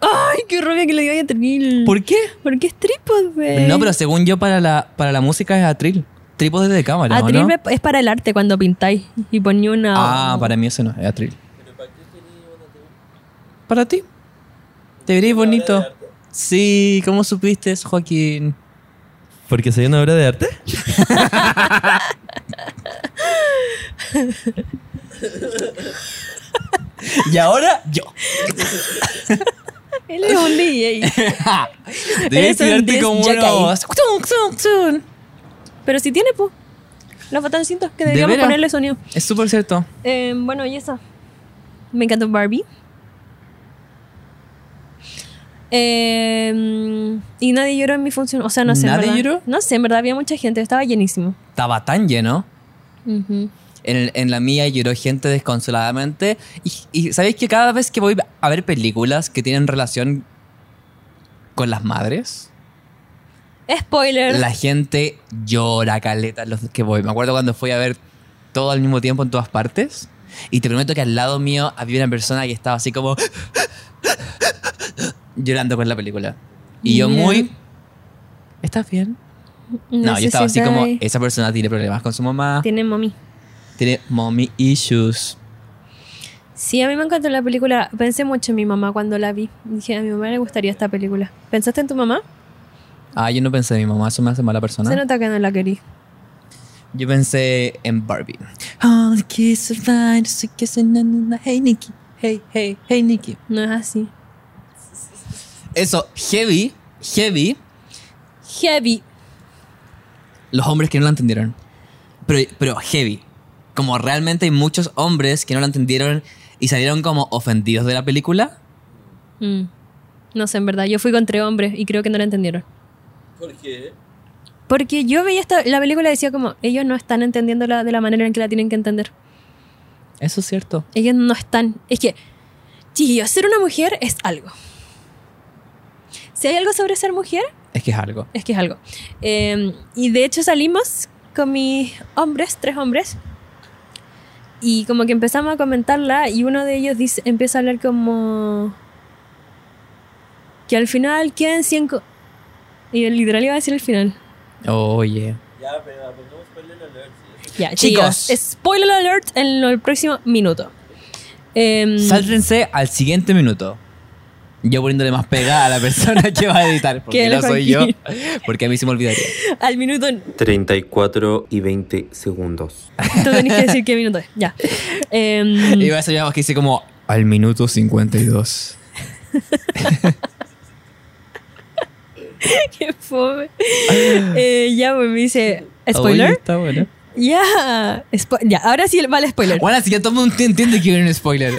S1: Ay, qué rabia que le diga atril.
S2: ¿Por qué?
S1: Porque es trípode.
S2: No, pero según yo, para la, para la música es atril. Trípode de cámara. ¿o
S1: Atril
S2: no?
S1: me- es para el arte cuando pintáis y poní una.
S2: Ah, para mí eso no, es atril. ¿Para ti? Te veréis bonito. Sí, ¿cómo supiste, Joaquín?
S3: Porque soy una obra de arte.
S2: [LAUGHS] Y ahora yo. [LAUGHS]
S1: Él es un
S2: [LAUGHS]
S1: DJ. Eres
S2: Debes
S1: un
S2: tirarte
S1: disc
S2: como una
S1: jockey.
S2: voz.
S1: Pero si tiene, pues. Los botoncitos que
S2: ¿De
S1: deberíamos
S2: veras?
S1: ponerle sonido.
S2: Es súper cierto.
S1: Eh, bueno, y esa. Me encantó Barbie. Eh, y nadie lloró en mi función. O sea, no sé. en
S2: ¿Nadie
S1: verdad.
S2: lloró?
S1: No sé, en verdad había mucha gente. Estaba llenísimo.
S2: Estaba tan lleno.
S1: Ujú.
S2: En, el- en la mía lloró gente desconsoladamente. Y, y ¿sabéis que cada vez que voy a ver películas que tienen relación con las madres,
S1: Spoiler.
S2: la gente llora caleta los que voy. Me acuerdo cuando fui a ver todo al mismo tiempo en todas partes. Y te prometo que al lado mío había una persona que estaba así como [LAUGHS] llorando con la película. Y yo
S1: Mira.
S2: muy... ¿Estás bien? No, yo estaba así
S1: Necesita-
S2: como, esa persona tiene problemas con su mamá, tiene,
S1: Tiene mami.
S2: mommy issues.
S1: Sí, a mí me encantó la película. Pensé mucho en mi mamá cuando la vi. Dije, a mi mamá le gustaría esta película. ¿Pensaste en tu mamá?
S2: Ah, yo no pensé en mi mamá, eso me hace mala persona.
S1: Se nota que no la querí.
S2: Yo pensé en Barbie. Oh, the kids are fine, so kiss and na, na, na. hey Nikki, hey, hey, hey Nikki.
S1: No es así.
S2: Eso, heavy, heavy,
S1: Heavy.
S2: los hombres que no la entendieron. Pero, pero heavy. Como realmente hay muchos hombres que no la entendieron y salieron como ofendidos de la película.
S1: Mm. No sé, en verdad. Yo fui con tres hombres y creo que no la entendieron.
S4: ¿Por qué?
S1: Porque yo veía esta, la película y decía como, ellos no están entendiendo la- de la manera en que la tienen que entender.
S2: Eso es cierto.
S1: Ellos no están. Es que, chiquillos, ser una mujer es algo. Si hay algo sobre ser mujer,
S2: Es que es algo.
S1: es que es algo. Eh, y de hecho salimos con mis hombres, tres hombres, y como que empezamos a comentarla y uno de ellos dice, empieza a hablar como que al final quedan cinco... Y el literal iba a decir el final.
S2: Oye.
S4: Ya, pero pongamos spoiler alert. sí.
S1: Ya,
S2: Chicos.
S1: chicos. Spoiler alert en lo- el próximo minuto. Em,
S2: Sáltense Mm. al siguiente minuto. Yo poniéndole más pega a la persona que va a editar. Porque
S1: Que
S2: no
S1: el
S2: soy yo.
S1: Joaquín.
S2: Porque a mí se me olvidaría.
S1: al minuto.
S5: 34 y 20 segundos.
S1: Tú tenés que decir qué minuto es. Ya. Em,
S2: Y va a ser una voz que dice como al minuto 52.
S1: [LAUGHS] qué fome. Eh, ya, pues me dice. ¿Spoiler?
S2: Está bueno.
S1: Ya. Spo- ya, ahora sí vale spoiler.
S2: Bueno, así que todo el mundo entiende que viene un spoiler.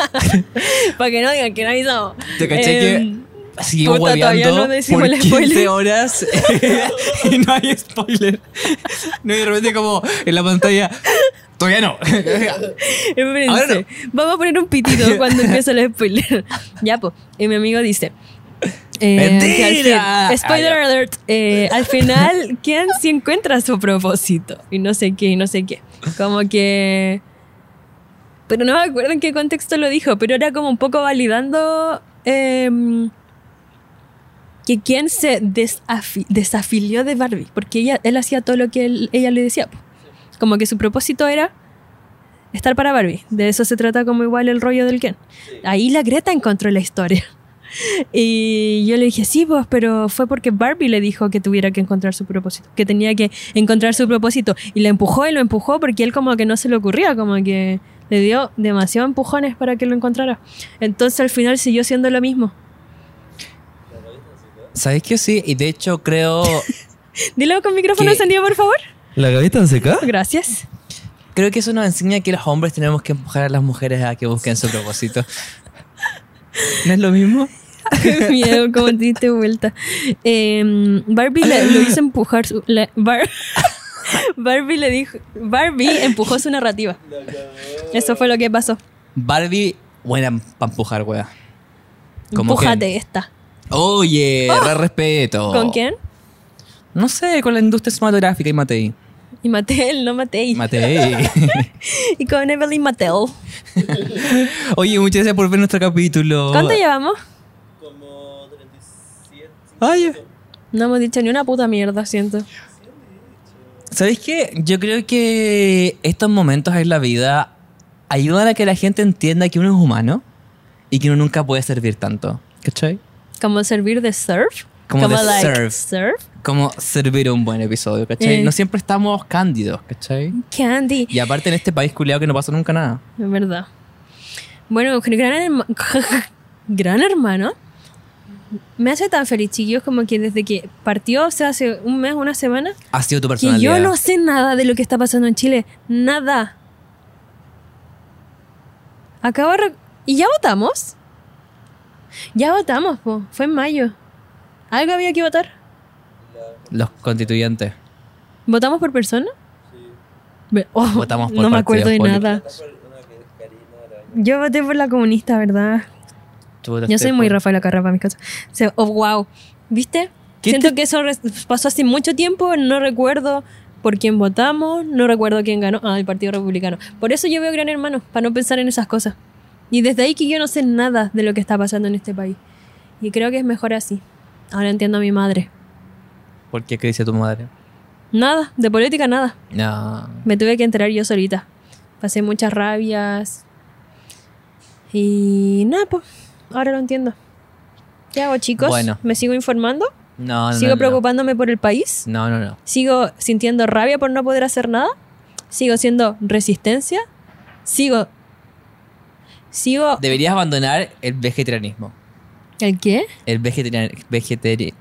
S1: Para que no digan que no avisamos.
S2: Te caché
S1: Em,
S2: que seguimos
S1: puta, todavía
S2: hueveando
S1: no decimos
S2: por
S1: el
S2: 15
S1: spoiler.
S2: horas [LAUGHS] y no hay spoiler. No, y de repente como en la pantalla, todavía no.
S1: Espérense.
S2: Ahora no.
S1: Em, Vamos a poner un
S2: [LAUGHS]
S1: pitito cuando empiece el spoiler. ya, pues. Y mi amigo dice. eh,
S2: ¡Mentira!
S1: que al fin-
S2: Ah,
S1: spoiler
S2: ya.
S1: alert. eh, al final, [LAUGHS] ¿quién sí encuentra su propósito? Y no sé qué, y no sé qué. Como que. Pero no me acuerdo en qué contexto lo dijo, pero era como un poco validando. em, que quien se desafi- desafilió de Barbie, porque ella, él hacía todo lo que él- ella le decía. po. Como que su propósito era estar para Barbie. De eso se trata como igual el rollo del Ken. Ahí la Greta encontró la historia. Y yo le dije, sí, vos, pero fue porque Barbie le dijo que tuviera que encontrar su propósito, que tenía que encontrar su propósito. Y la empujó y lo empujó porque él como que no se le ocurría, como que le dio demasiados empujones para que lo encontrara. Entonces al final siguió siendo lo mismo.
S2: [LAUGHS] ¿Sabes qué? Sí, y de hecho creo,
S1: Dilo con micrófono
S2: ¿Qué?
S1: encendido, por favor.
S3: ¿La gaveta no se cae?
S1: Gracias. [LAUGHS]
S2: creo que eso nos enseña que los hombres tenemos que empujar a las mujeres a que busquen su propósito. ¿No es lo mismo?
S1: Qué miedo, cómo te diste vuelta. Em, Barbie le- lo hizo empujar su. la- Bar- [LAUGHS] Barbie le dijo. Barbie empujó su narrativa. Eso fue lo que pasó.
S2: Barbie, buena para empujar, wea. Como
S1: Empújate
S2: Ken.
S1: esta.
S2: Oye, re respeto.
S1: ¿Con quién?
S2: No sé, con la industria cinematográfica y Matei.
S1: Y Mattel, no Matei.
S2: Matei.
S1: y con Evelyn
S2: Oh.
S1: Mattel.
S2: Oye, muchas gracias por ver nuestro capítulo.
S1: ¿Cuánto llevamos?
S4: Como 37.
S2: Ay,
S1: No hemos dicho ni una puta mierda, siento.
S2: ¿Sabéis qué? Yo creo que estos momentos en la vida ayudan a que la gente entienda que uno es humano y que uno nunca puede servir tanto. ¿Cachai?
S1: Como servir de surf.
S2: Como de
S1: like,
S2: surf.
S1: surf.
S2: como servir un buen episodio, ¿cachai?
S1: Eh.
S2: No siempre estamos cándidos, ¿cachai?
S1: Candy.
S2: Y aparte en este país culiado que no pasa nunca nada.
S1: Es verdad. Bueno, gran, herma- [LAUGHS] gran hermano. Me hace tan feliz, chiquillos, como que desde que partió, o sea, hace un mes, una semana,
S2: Ha sido tu
S1: que
S2: personalidad.
S1: yo no sé nada de lo que está pasando en Chile. Nada. Acabo de... rec- ¿Y ya votamos? Ya votamos, po. Fue en mayo. ¿Algo había que votar?
S2: Los constituyentes.
S1: ¿Votamos por persona? Ve- oh,
S2: Votamos por
S1: No me
S2: partidos
S1: acuerdo de
S2: políticos.
S1: nada.
S4: Por una que es Karina Araya.
S1: Yo voté por la comunista, ¿verdad?
S2: Tú votaste
S1: Yo soy muy
S2: por-
S1: Rafaela Carrapa, mis cosas. O sea, oh, wow. ¿Viste?
S2: ¿Qué
S1: Siento
S2: te-
S1: que eso res- pasó hace mucho tiempo, no recuerdo por quién votamos, no recuerdo quién ganó. Ah, el Partido Republicano. Por eso yo veo Gran Hermano, para no pensar en esas cosas. Y desde ahí que yo no sé nada de lo que está pasando en este país. Y creo que es mejor así. Ahora entiendo a mi madre.
S2: ¿Por qué? ¿Qué dice tu madre?
S1: Nada, de política nada.
S2: No.
S1: Me tuve que enterar yo solita. Pasé muchas rabias. Y nada, pues, ahora lo entiendo. ¿Qué hago, chicos?
S2: Bueno.
S1: ¿Me sigo informando?
S2: No, no.
S1: ¿Sigo
S2: no, no.
S1: preocupándome por el país?
S2: No, no, no.
S1: ¿Sigo sintiendo rabia por no poder hacer nada? ¿Sigo siendo resistencia? ¿Sigo... ¿Sigo...
S2: Deberías abandonar el vegetarianismo.
S1: ¿El qué?
S2: El vegetarian... Vegetari...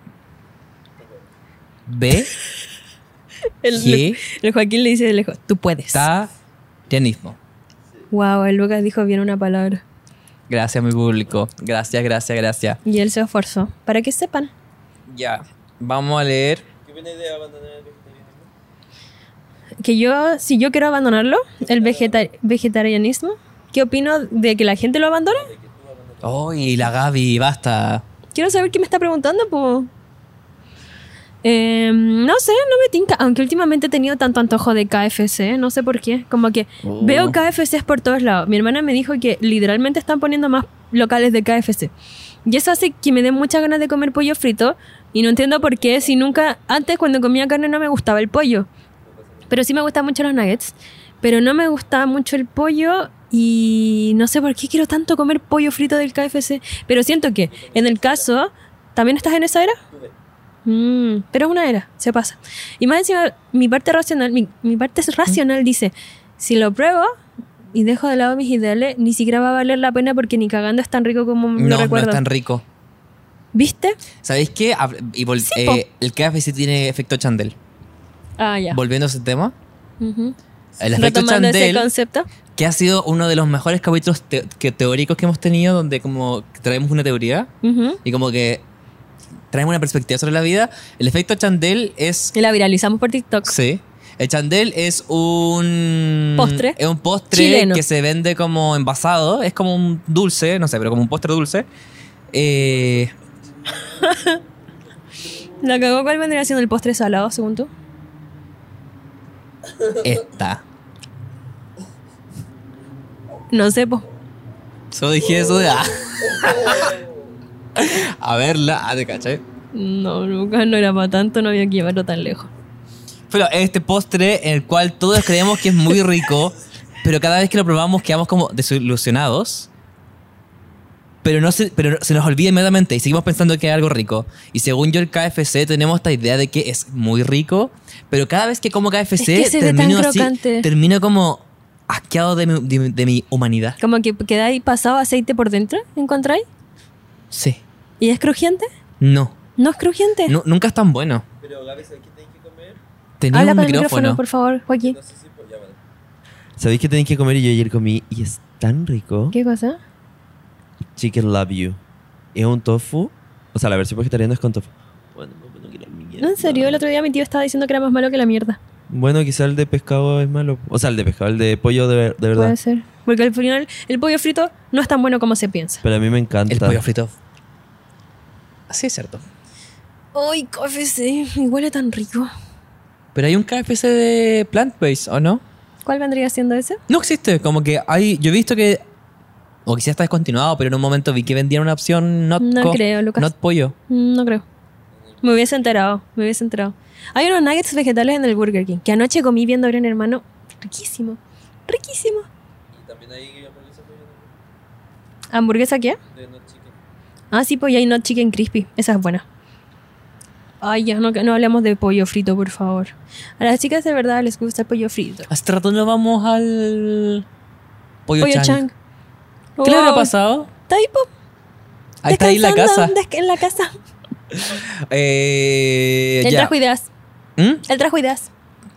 S2: Ve...
S1: El, el Joaquín le dice de lejos, tú puedes.
S2: Vegetarianismo.
S1: Wow, el Lucas dijo bien una palabra.
S2: Gracias, mi público. Gracias, gracias, gracias.
S1: Y él se esforzó. Para que sepan.
S2: Ya. Vamos a leer.
S4: ¿Qué viene de abandonar el vegetarianismo?
S1: que yo, si yo quiero abandonarlo, el vegeta- vegetarianismo, ¿qué opino de que la gente lo abandone?
S2: ¡Uy, la Gaby! ¡Basta!
S1: Quiero saber qué me está preguntando, po. Em, no sé, no me tinca. Aunque últimamente he tenido tanto antojo de KFC, no sé por qué. Como que
S2: Oh.
S1: veo KFCs por todos lados. Mi hermana me dijo que literalmente están poniendo más locales de KFC. Y eso hace que me den muchas ganas de comer pollo frito. Y no entiendo por qué, si nunca. Antes, cuando comía carne, no me gustaba el pollo. Pero sí me gustan mucho los nuggets. Pero no me gustaba mucho el pollo. Y no sé por qué quiero tanto comer pollo frito del KFC. Pero siento que, en el caso. ¿También estás en esa era? Mm, pero es una era, se pasa. Y más encima, mi parte racional, mi, mi parte es racional dice, si lo pruebo y dejo de lado mis ideales, ni siquiera va a valer la pena porque ni cagando es tan rico como lo
S2: No, no
S1: recuerdo.
S2: es tan rico.
S1: ¿Viste?
S2: ¿Sabéis qué? Hab- y vol-
S1: Sí, po.
S2: eh, el KFC tiene efecto chandel.
S1: Ah, ya.
S2: Volviendo a ese tema.
S1: Ujú.
S2: El efecto
S1: Retomando ese
S2: chandel,
S1: concepto.
S2: que ha sido uno de los mejores capítulos te- que teóricos que hemos tenido, donde como traemos una teoría
S1: ujú,
S2: y como que traemos una perspectiva sobre la vida. El efecto chandel es
S1: Y la viralizamos por TikTok.
S2: Sí. El chandel es un.
S1: Postre.
S2: Es un postre
S1: Chileno.
S2: que se vende como envasado. Es como un dulce, no sé, pero como un postre dulce. Eh,
S1: La cagó, ¿cuál vendría siendo el postre salado, según tú?
S2: esta.
S1: No sé, po.
S2: Solo dije eso de. ah. [LAUGHS] A verla. Ah, te caché.
S1: No, Lucas, no era para tanto, no había que llevarlo tan lejos.
S2: Pero este postre en el cual todos creemos que es
S1: [LAUGHS]
S2: muy rico, pero cada vez que lo probamos quedamos como desilusionados. Pero, no se, pero se nos olvida inmediatamente y seguimos pensando que es algo rico. Y según yo, el KFC tenemos esta idea de que es muy rico, pero cada vez que como KFC
S1: Es que se ve tan
S2: termino así,
S1: crocante.
S2: termino como asqueado de mi, de, de mi humanidad.
S1: Como que queda ahí pasado aceite por dentro, ¿encontráis?
S2: Sí.
S1: ¿Y es crujiente?
S2: No.
S1: ¿No es crujiente?
S2: Nu- nunca es tan bueno.
S4: Pero Gaby, ¿sabes qué tenés que comer?
S2: Tenía
S1: Habla
S2: un
S1: para el
S2: micrófono.
S1: micrófono, por favor, Joaquín.
S4: No sé si por ya vale.
S3: ¿Sabéis que tenéis que comer? Y yo ayer comí y es tan rico.
S1: ¿Qué cosa?
S3: Chicken Love You. Es un tofu. O sea, la versión vegetariana es con tofu. Bueno, no, no quiero mi mierda.
S1: No, en serio, el otro día mi tío estaba diciendo que era más malo que la mierda.
S3: Bueno, quizá el de pescado es malo. O sea, el de pescado, el de pollo de, ver- de verdad.
S1: Puede ser. Porque al final el pollo frito no es tan bueno como se piensa.
S3: Pero a mí me encanta.
S2: El pollo frito. Sí, es cierto.
S1: ¡Ay, KFC! Me huele tan rico.
S2: Pero hay un KFC de plant-based, ¿o no?
S1: ¿Cuál vendría siendo ese?
S2: No existe, como que hay. Yo he visto que. O quizás está descontinuado, pero en un momento vi que vendían una opción not,
S1: No
S2: co-
S1: creo, Lucas.
S2: not pollo.
S1: Mm, No creo. Me hubiese enterado, me hubiese enterado. Hay unos nuggets vegetales en el Burger King que anoche comí viendo a Gran Hermano. Riquísimo, riquísimo.
S4: Y también hay hamburguesa de
S1: ¿Hamburguesa qué?
S4: no chicken.
S1: Ah, sí, pues ya hay no chicken crispy. Esa es buena. Ay, ya no, no hablemos de pollo frito, por favor. A las chicas de verdad les gusta el pollo frito.
S2: Hace rato no vamos al pollo,
S1: Pollo
S2: chang.
S1: chang.
S2: ¿Qué le habrá
S1: Wow.
S2: pasado?
S1: Está ahí, po,
S2: Ahí está ahí la casa.
S1: descansando, desca- en la casa.
S2: Eh,
S1: Él
S2: ya.
S1: trajo ideas.
S2: ¿Mm?
S1: Él trajo ideas.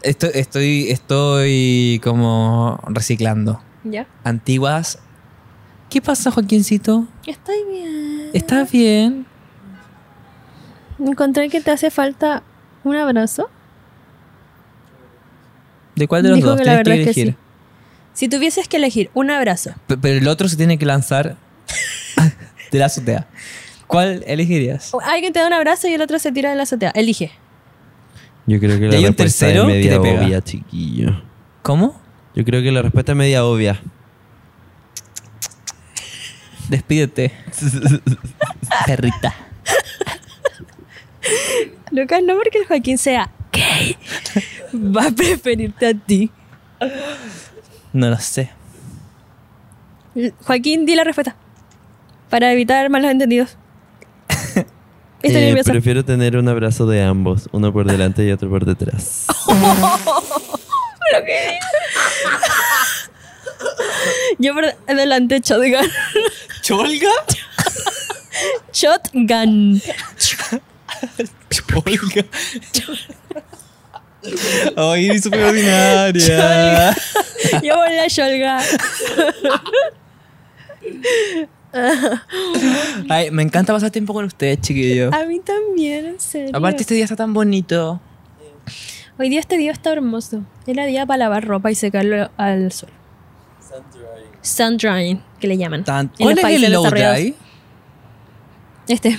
S2: Estoy, estoy, estoy como reciclando.
S1: Ya.
S2: Antiguas. ¿Qué pasa, Joaquincito?
S1: Estoy bien.
S2: ¿Estás bien?
S1: Encontré que te hace falta un abrazo.
S2: ¿De cuál de los
S1: Dijo
S2: dos?
S1: que la
S2: Tienes que
S1: verdad es que
S2: elegir.
S1: Si tuvieses que elegir un abrazo,
S2: P- Pero el otro se tiene que lanzar [LAUGHS] de la azotea. ¿Cuál elegirías?
S1: alguien te da un abrazo y el otro se tira de la azotea. Elige.
S3: Yo creo que
S2: Y
S3: la
S2: hay un
S3: respuesta es
S2: tercero que
S3: media
S2: te pega.
S3: obvia, chiquillo.
S2: ¿Cómo?
S3: Yo creo que la respuesta es media obvia.
S1: [LAUGHS]
S2: Despídete. Perrita.
S1: Lucas, no porque el Joaquín sea gay, [LAUGHS] va a preferirte a ti.
S2: No lo sé.
S1: Joaquín, di la respuesta. Para evitar malos
S2: [LAUGHS]
S1: entendidos. Estoy
S3: Eh,
S1: nerviosa. [LAUGHS]
S3: prefiero tener un abrazo de ambos, uno por delante y otro por detrás.
S1: Yo por adelante, shotgun. [LAUGHS]
S2: ¿Cholga?
S1: Shotgun. [LAUGHS]
S2: Cholga. Ay, súper ordinaria.
S1: Yo por la shotgun.
S2: Ay, me encanta pasar tiempo con ustedes, [LAUGHS] chiquillos.
S1: A mí también, en serio.
S2: Aparte, este día está tan bonito.
S1: Hoy día este día está hermoso. Era día para lavar ropa y secarlo al sol. Sun drying, que le llaman.
S2: Tan-
S1: En los
S2: ¿Cuál es
S1: países
S2: el low
S1: desarrollados.
S2: dry?
S1: Este.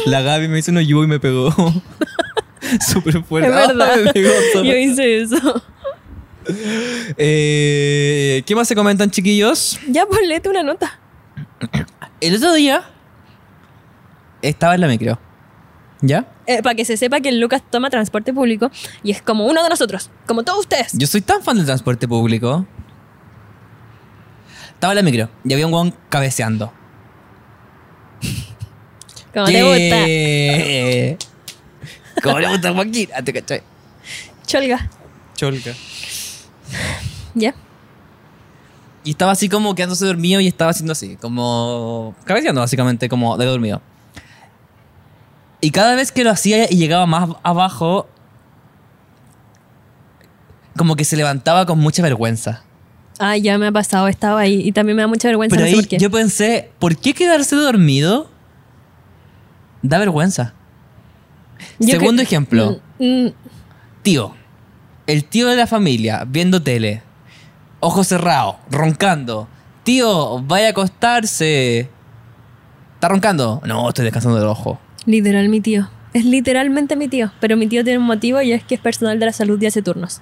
S1: [LAUGHS]
S2: La Gaby me hizo un yugo y me pegó. [LAUGHS] Súper fuerte.
S1: Es verdad.
S2: Ah, [LAUGHS] me pegó solo.
S1: Yo hice
S2: [LAUGHS]
S1: eso.
S2: Eh, ¿Qué más se comentan, chiquillos?
S1: Ya ponlete una nota.
S2: El otro día estaba en la micro. ¿Ya?
S1: Eh, para que se sepa que el Lucas toma transporte público y es como uno de nosotros, como todos ustedes.
S2: Yo soy tan fan del transporte público. Estaba en la micro y había un guan cabeceando.
S1: como te gusta.
S2: ¿Qué? [LAUGHS] Como le gusta a Joaquín. Ah, te cachai.
S1: Cholga.
S2: Cholca.
S1: ¿Ya?
S2: Y estaba así como quedándose dormido y estaba haciendo así, como cabeceando básicamente, como de dormido. Y cada vez que lo hacía y llegaba más abajo, como que se levantaba con mucha vergüenza.
S1: Ay, ya me ha pasado, estaba ahí y también me da mucha vergüenza,
S2: Pero
S1: no sé
S2: ahí
S1: por qué.
S2: yo pensé, ¿por qué quedarse dormido da vergüenza?
S1: Yo
S2: Segundo
S1: que-
S2: ejemplo,
S1: Mm, mm,
S2: tío, el tío de la familia viendo tele, ojos cerrados, roncando. Tío, vaya a acostarse. ¿Está roncando? No, estoy descansando del ojo.
S1: literal mi tío. Es literalmente mi tío, pero mi tío tiene un motivo y es que es personal de la salud y hace turnos.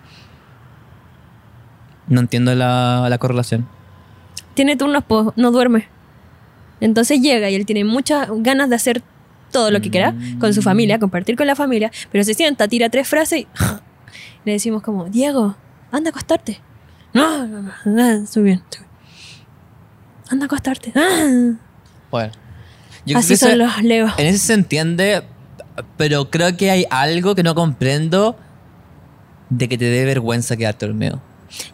S2: No entiendo la, la correlación.
S1: Tiene turnos, po, no duerme. Entonces llega y él tiene muchas ganas de hacer todo lo que quiera con su familia, compartir con la familia, pero se sienta, tira tres frases y le decimos como, Diego, anda a acostarte. Ah, No, no, no, no, estoy bien. estoy bien. Anda a acostarte. Ah.
S2: Bueno. Yo
S1: Así
S2: creo que
S1: son
S2: eso-
S1: los leos.
S2: En eso se entiende, pero creo que hay algo que no comprendo de que te dé vergüenza quedarte dormido.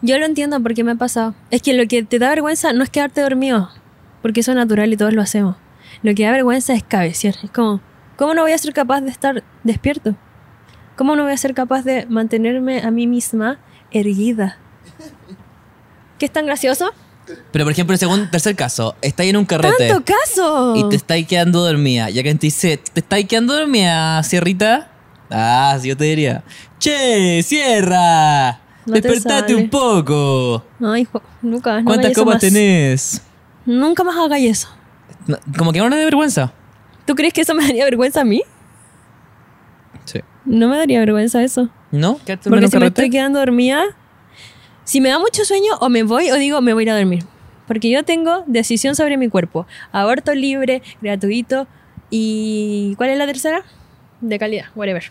S1: Yo lo entiendo porque me ha pasado. Es que lo que te da vergüenza no es quedarte dormido, porque eso es natural y todos lo hacemos. Lo que da vergüenza es cabecear. Es como, ¿cómo no voy a ser capaz de estar despierto? ¿Cómo no voy a ser capaz de mantenerme a mí misma erguida? ¿Qué es tan gracioso?
S2: Pero, por ejemplo, el segundo, tercer caso, estáis en un carrete.
S1: ¡Tanto caso!
S2: Este. Y te estáis quedando dormida. Ya que te dice, ¿te estáis quedando dormida, Sierrita? Ah, sí, yo te diría. Che, Sierra,
S1: No te
S2: despertate
S1: sale.
S2: un poco.
S1: Ay, jo- Lucas, no
S2: ¿Cuántas
S1: hagas eso
S2: copas
S1: más.
S2: tenés?
S1: Nunca más hagáis eso.
S2: No, como que no le da vergüenza.
S1: ¿Tú crees que eso me daría vergüenza a mí?
S2: Sí.
S1: No me daría vergüenza eso.
S2: ¿No? ¿Quedarte
S1: Porque
S2: dormida en un
S1: si me
S2: carrete?
S1: estoy quedando dormida, si me da mucho sueño, o me voy o digo, me voy a ir a dormir. Porque yo tengo decisión sobre mi cuerpo. Aborto libre, gratuito y... ¿Cuál es la tercera? De calidad, whatever.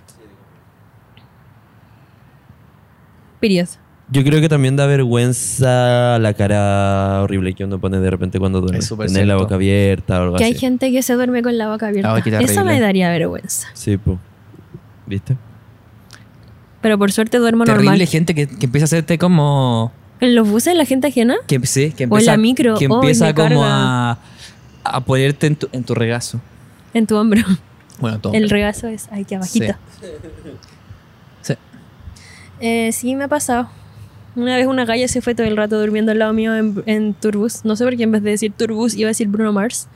S1: Period.
S3: Yo creo que también da vergüenza la cara horrible que uno pone de repente cuando duerme.
S2: Es súper
S3: Tener la
S2: cierto.
S3: boca abierta o algo
S1: Que hay
S3: así.
S1: gente que se duerme con la boca abierta.
S2: La boquita
S1: Eso
S2: horrible.
S1: me daría vergüenza.
S3: Sí, po. ¿Viste?
S1: Pero por suerte duermo
S2: Terrible
S1: normal.
S2: gente que, que empieza a hacerte como...
S1: En los buses, la gente ajena.
S2: Que, em, sí, que
S1: O en la
S2: empieza,
S1: micro.
S2: que
S1: Ay,
S2: empieza
S1: me
S2: como
S1: carga.
S2: a, a ponerte en tu, en tu regazo.
S1: En tu hombro.
S2: Bueno, todo.
S1: El regazo es ahí que abajito.
S2: Sí.
S1: Eh, sí, me ha pasado. Una vez una galla se fue todo el rato durmiendo al lado mío en, en Turbus. No sé por qué en vez de decir Turbus iba a decir Bruno Mars.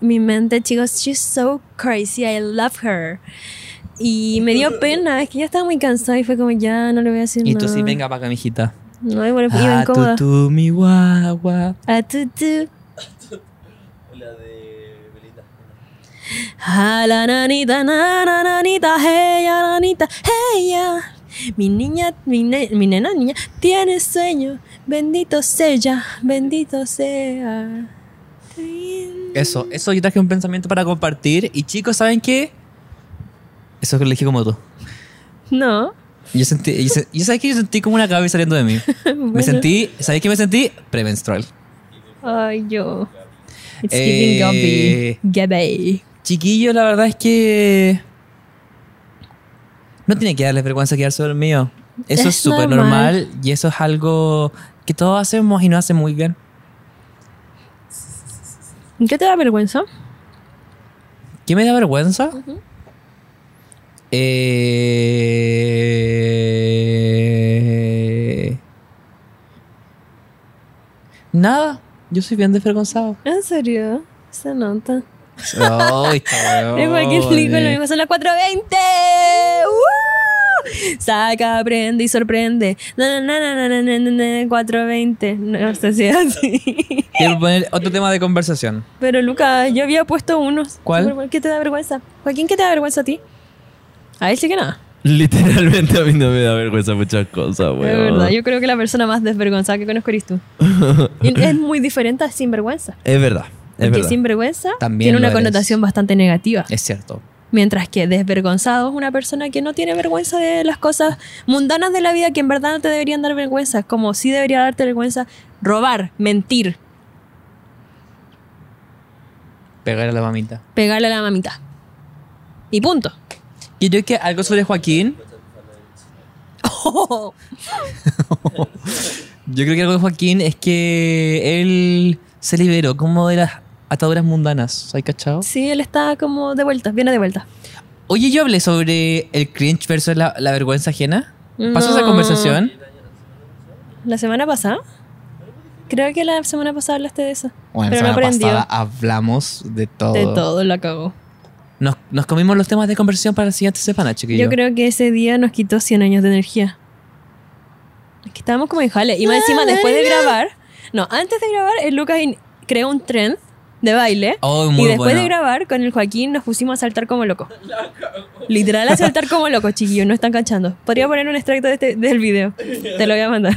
S1: Mi mente, chicos, she's so crazy, I love her. Y me dio pena, es que ya estaba muy cansada y fue como, ya, no le voy a decir
S2: Y
S1: nada.
S2: tú sí, venga para acá, mijita.
S1: No, igual iba
S2: Ah, tú,
S1: incómoda.
S2: tú, mi guagua.
S1: Ah, tú, tú.
S4: La de Belinda.
S1: A la nanita, na, na, nanita, hey, ya, nanita, hey, ya. Mi niña, mi, ne- mi nena, niña, tiene sueño. Bendito sea, bendito sea.
S2: Eso, eso yo traje un pensamiento para compartir. Y chicos, ¿saben qué? Eso que le dije como tú.
S1: No.
S2: Yo sentí, yo, se- yo sabes que yo sentí como una cabeza saliendo de [LAUGHS] mí.
S1: [LAUGHS] bueno.
S2: Me sentí, ¿sabes qué me sentí? Premenstrual.
S1: Ay, yo. It's
S2: Eh.
S1: giving Gabby. Gabby.
S2: Chiquillo, la verdad es que. No tiene que darles vergüenza quedarse dormido. Eso
S1: Es
S2: es súper normal. y eso es algo que todos hacemos y nos hace muy bien.
S1: ¿Qué te da vergüenza?
S2: ¿Qué me da vergüenza? Eh, Nada, yo soy bien desvergonzado.
S1: ¿En serio? Se nota.
S2: Ay,
S1: [LAUGHS] Es cualquier película, lo mismo son las 4.20. ¡Uh! Saca, aprende y sorprende. Na, na, na, na, na, na, na, na, 4.20. No sé si es así. [LAUGHS]
S2: Quiero poner otro tema de conversación.
S1: Pero Lucas, yo había puesto unos.
S2: ¿Cuál?
S1: Súper bueno. ¿Qué te da vergüenza? Joaquín, ¿qué te da vergüenza a ti? A él sí que nada.
S3: Literalmente a mí no me da vergüenza muchas cosas, weón.
S1: Es verdad, yo creo que la persona más desvergonzada que conozco
S2: [LAUGHS]
S1: eres tú. Y es muy diferente a sinvergüenza.
S3: Es verdad. Es
S1: Porque
S3: verdad.
S1: sinvergüenza
S2: También
S1: tiene
S2: lo
S1: una
S2: eres.
S1: connotación bastante negativa.
S2: Es cierto.
S1: Mientras que desvergonzado es una persona que no tiene vergüenza de las cosas mundanas de la vida que en verdad no te deberían dar vergüenza, como sí debería darte vergüenza robar, mentir,
S2: Pegar a la mamita.
S1: pegarle a la mamita. Y
S2: [LAUGHS]
S1: punto.
S2: Y yo que algo sobre Joaquín. Yo creo que algo de Joaquín es que él se liberó como de las ataduras mundanas. ¿Hay cachado?
S1: Sí, él está como de vuelta, viene de vuelta.
S2: Oye, yo hablé sobre el cringe versus la, la vergüenza ajena. ¿Pasó esa
S1: No.
S2: conversación?
S1: ¿La semana pasada? Creo que la semana pasada hablaste de eso.
S2: Bueno,
S1: pero no
S2: la semana
S1: aprendió.
S2: pasada hablamos de todo.
S1: De todo la cagó.
S2: Nos, nos comimos los temas de conversación para la siguiente semana, chiquillo.
S1: Yo creo que ese día nos quitó 100 años de energía. Es que estábamos como en jale. Y más encima, después de grabar, no, antes de grabar, el Lucas in- creó un trend de baile.
S2: Oh,
S1: y
S2: muy
S1: después
S2: bueno.
S1: de grabar, con el Joaquín nos pusimos a saltar como locos. Literal, a saltar como locos, chiquillos. No están cachando. Podría poner un extracto de este- del video. Te lo voy a mandar.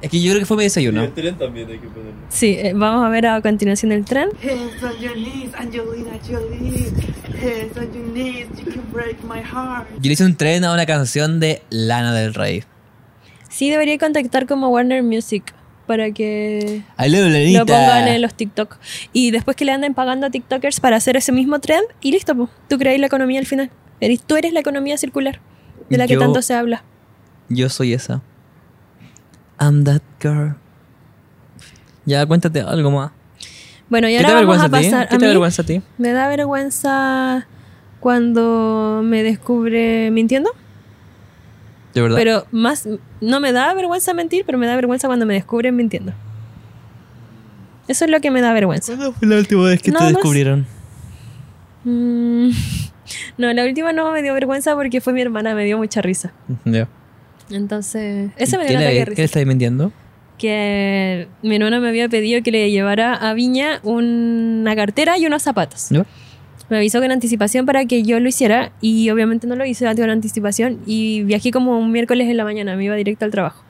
S2: Es que yo creo que fue mi desayuno.
S4: El tren también hay que ponerlo.
S1: Sí, eh, vamos a ver a continuación el trend.
S6: Hands on your knees, Angelina Jolie. Hands on your knees, you can break my heart.
S2: Yo le hice un tren a una canción de Lana del Rey.
S1: Sí, debería contactar como Warner Music para que
S2: Aló,
S1: lo pongan
S2: Lanita.
S1: en los TikTok. Y después que le anden pagando a TikTokers para hacer ese mismo trend, y listo, po. tú creáis la economía al final. Eres- tú eres la economía circular de la que
S2: Yo-
S1: tanto se habla.
S2: Yo soy esa. I'm that girl. Ya, cuéntate algo más.
S1: Bueno, y
S2: ¿Qué te
S1: ahora vamos
S2: avergüenza
S1: a
S2: a ti?
S1: pasar.
S2: ¿Qué
S1: a
S2: te
S1: mí
S2: avergüenza a ti?
S1: me da vergüenza cuando me descubre mintiendo,
S2: De verdad.
S1: pero más no me da vergüenza mentir, pero me da vergüenza cuando me descubren mintiendo. Eso es lo que me da vergüenza.
S2: ¿Cuándo fue la última vez
S1: que te Nada más.
S2: descubrieron?
S1: Mm, [LAUGHS] no, la última no me dio vergüenza porque fue mi hermana, me dio mucha risa.
S2: Ya.
S1: Entonces, ese me dio
S2: ¿Qué
S1: un ataque de
S2: le,
S1: risa.
S2: ¿Qué le estáis mintiendo?
S1: que mi hermana me había pedido que le llevara a Viña una cartera y unos zapatos.
S2: ¿Ya?
S1: Me avisó con anticipación para que yo lo hiciera y obviamente no lo hice con anticipación y viajé como un miércoles en la mañana, me iba directo al trabajo.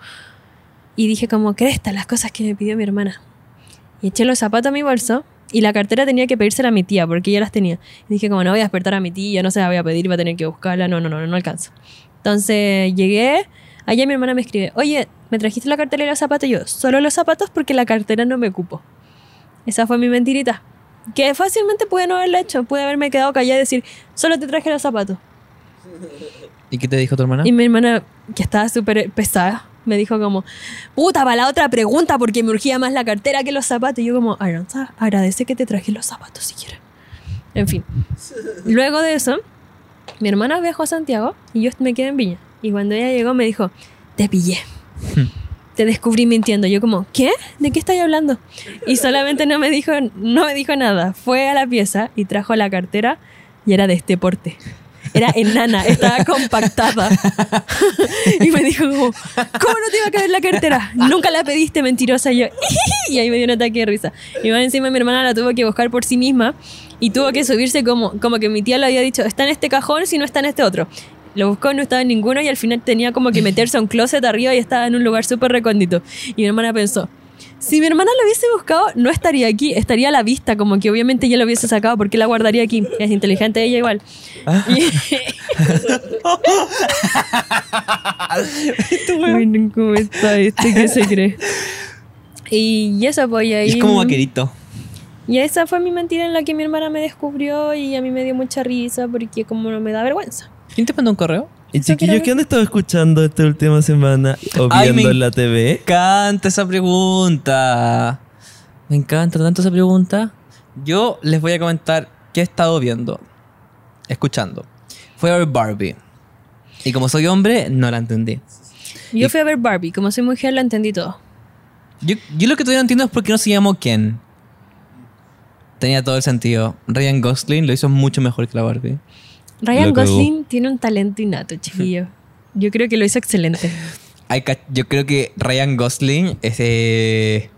S1: Y dije como, cresta, las cosas que me pidió mi hermana. Y eché los zapatos a mi bolso Y la cartera tenía que pedírsela a mi tía, porque ella las tenía. Y dije, como no voy a despertar a mi tía, no se la voy a pedir, va a tener que buscarla, no, no, no, no alcanzo. Entonces llegué, allá mi hermana me escribe, oye, ¿me trajiste la cartera y los zapatos? Y yo, solo los zapatos porque la cartera no me cupo. Esa fue mi mentirita. Que fácilmente pude no haberla hecho, pude haberme quedado callada y decir, solo te traje los zapatos.
S3: ¿Y qué te dijo tu
S2: ¿Ah?
S3: hermana?
S1: Y mi hermana, que estaba súper pesada, me dijo como, puta, para la otra pregunta porque me urgía más la cartera que los zapatos. Y yo como, Aranza, agradece que te traje los zapatos siquiera. En fin. Luego de eso, mi hermana viajó a Santiago y yo me quedé en Viña. Y cuando ella llegó me dijo, te pillé. Te descubrí mintiendo. Yo como, ¿qué? ¿De qué estáis hablando? Y solamente no me dijo, no me dijo nada. Fue a la pieza y trajo la cartera y era de este porte. Era enana, estaba compactada. [LAUGHS] y me dijo como, ¿cómo no te iba a caber la cartera? Nunca la pediste, mentirosa. Y yo, [LAUGHS] y ahí me dio un ataque de risa. Y más encima mi hermana la tuvo que buscar por sí misma y tuvo que subirse como, como que mi tía le había dicho, está en este cajón si no está en este otro. Lo buscó, no estaba en ninguno y al final tenía como que meterse a un closet arriba y estaba en un lugar súper recóndito. Y mi hermana pensó, si mi hermana lo hubiese buscado, no estaría aquí, estaría a la vista, como que obviamente ella lo hubiese sacado, porque la guardaría aquí? Es inteligente ella igual.
S2: Ah.
S1: [LAUGHS] Y- Ay, no, ¿cómo está este? ¿Qué se cree? Y eso, pues, y ahí...
S2: es como vaquerito.
S1: Y esa fue mi mentira en la que mi hermana me descubrió y a mí me dio mucha risa porque como no me da vergüenza.
S2: ¿Quién te mandó un correo?
S3: ¿Y
S1: Eso
S3: chiquillos
S1: quiero-
S3: qué han estado escuchando esta última semana o viendo
S2: Ay, me
S3: en la TV?
S2: encanta esa pregunta. Me encanta tanto esa pregunta. Yo les voy a comentar qué he estado viendo, escuchando. Fue a ver Barbie. Y como soy hombre, no la entendí.
S1: Yo fui a ver Barbie, como soy mujer la entendí todo.
S2: Yo, yo lo que todavía no entiendo es por qué no se llamó Ken. Tenía todo el sentido. Ryan Gosling lo hizo mucho mejor que la Barbie.
S1: Ryan
S3: Lo cagó.
S1: Gosling tiene un talento innato,
S2: [LAUGHS]
S1: chiquillo. Yo creo que lo hizo excelente.
S2: Ay, cach- yo creo que Ryan Gosling es, eh,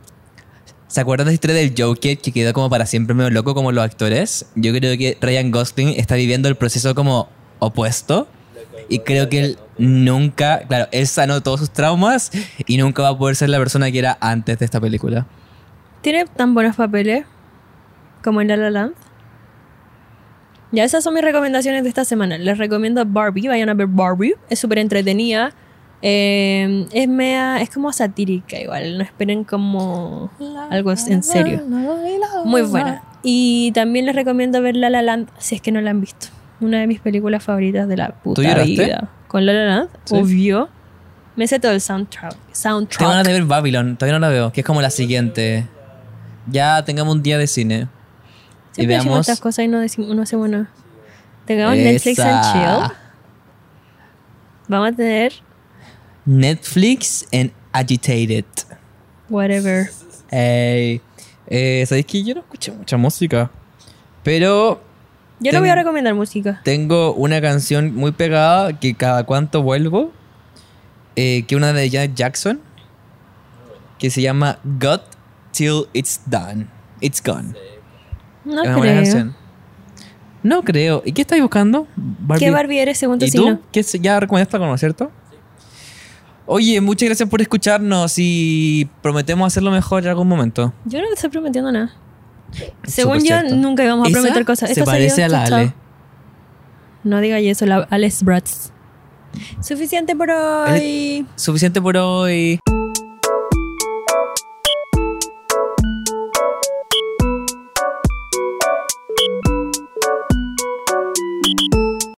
S2: ¿Se acuerdan de la historia del Joker que quedó como para siempre medio loco como los actores? Yo creo que Ryan Gosling está viviendo el proceso como opuesto. Y creo que él nunca, claro, él sanó todos sus traumas y nunca va a poder ser la persona que era antes de esta película.
S1: Tiene tan buenos papeles como en La La Land. Ya esas son mis recomendaciones de esta semana. Les recomiendo Barbie, vayan a ver Barbie. Es súper entretenida. Eh, es mea, es como satírica igual, no esperen como algo en serio. Muy buena. Y también les recomiendo ver La La Land si es que no la han visto. Una de mis películas favoritas de la puta
S2: lloraste?
S1: vida. Con La La Land,
S2: Sí.
S1: obvio. Me sé todo el soundtrack. soundtrack.
S2: Tengo ganas de ver Babylon, todavía no la veo, que es como la siguiente. Ya tengamos un día de cine.
S1: Siempre
S2: y
S1: decimos
S2: veamos.
S1: estas cosas y no, decimos, no hacemos nada. Tengamos Netflix and
S2: Esa.
S1: chill. Vamos a tener
S2: Netflix and Agitated.
S1: whatever.
S2: Ey, eh, ¿Sabéis que yo no escucho mucha música? Pero
S1: Yo
S2: Ten-
S1: no voy a recomendar música.
S2: tengo una canción muy pegada que cada cuanto vuelvo, eh, que una de Janet Jackson, que se llama God Till It's Done. It's Gone.
S1: No
S2: es una buena
S1: creo.
S2: canción. No creo. ¿Y qué estáis buscando?
S1: ¿Qué Barbie eres según tu
S2: ¿Y tú?
S1: signo?
S2: ¿Qué se- ya recomendaste con cierto? Oye, muchas gracias por escucharnos y prometemos hacerlo mejor en algún momento.
S1: Yo no te estoy prometiendo nada. Según yo,
S2: cierto.
S1: nunca íbamos a
S2: Esa
S1: prometer cosas.
S2: Se
S1: Esto soy yo,
S2: parece a la
S1: chao, chao.
S2: Ale.
S1: No diga eso, la Alex Bratz. Suficiente por hoy.
S2: Suficiente por hoy.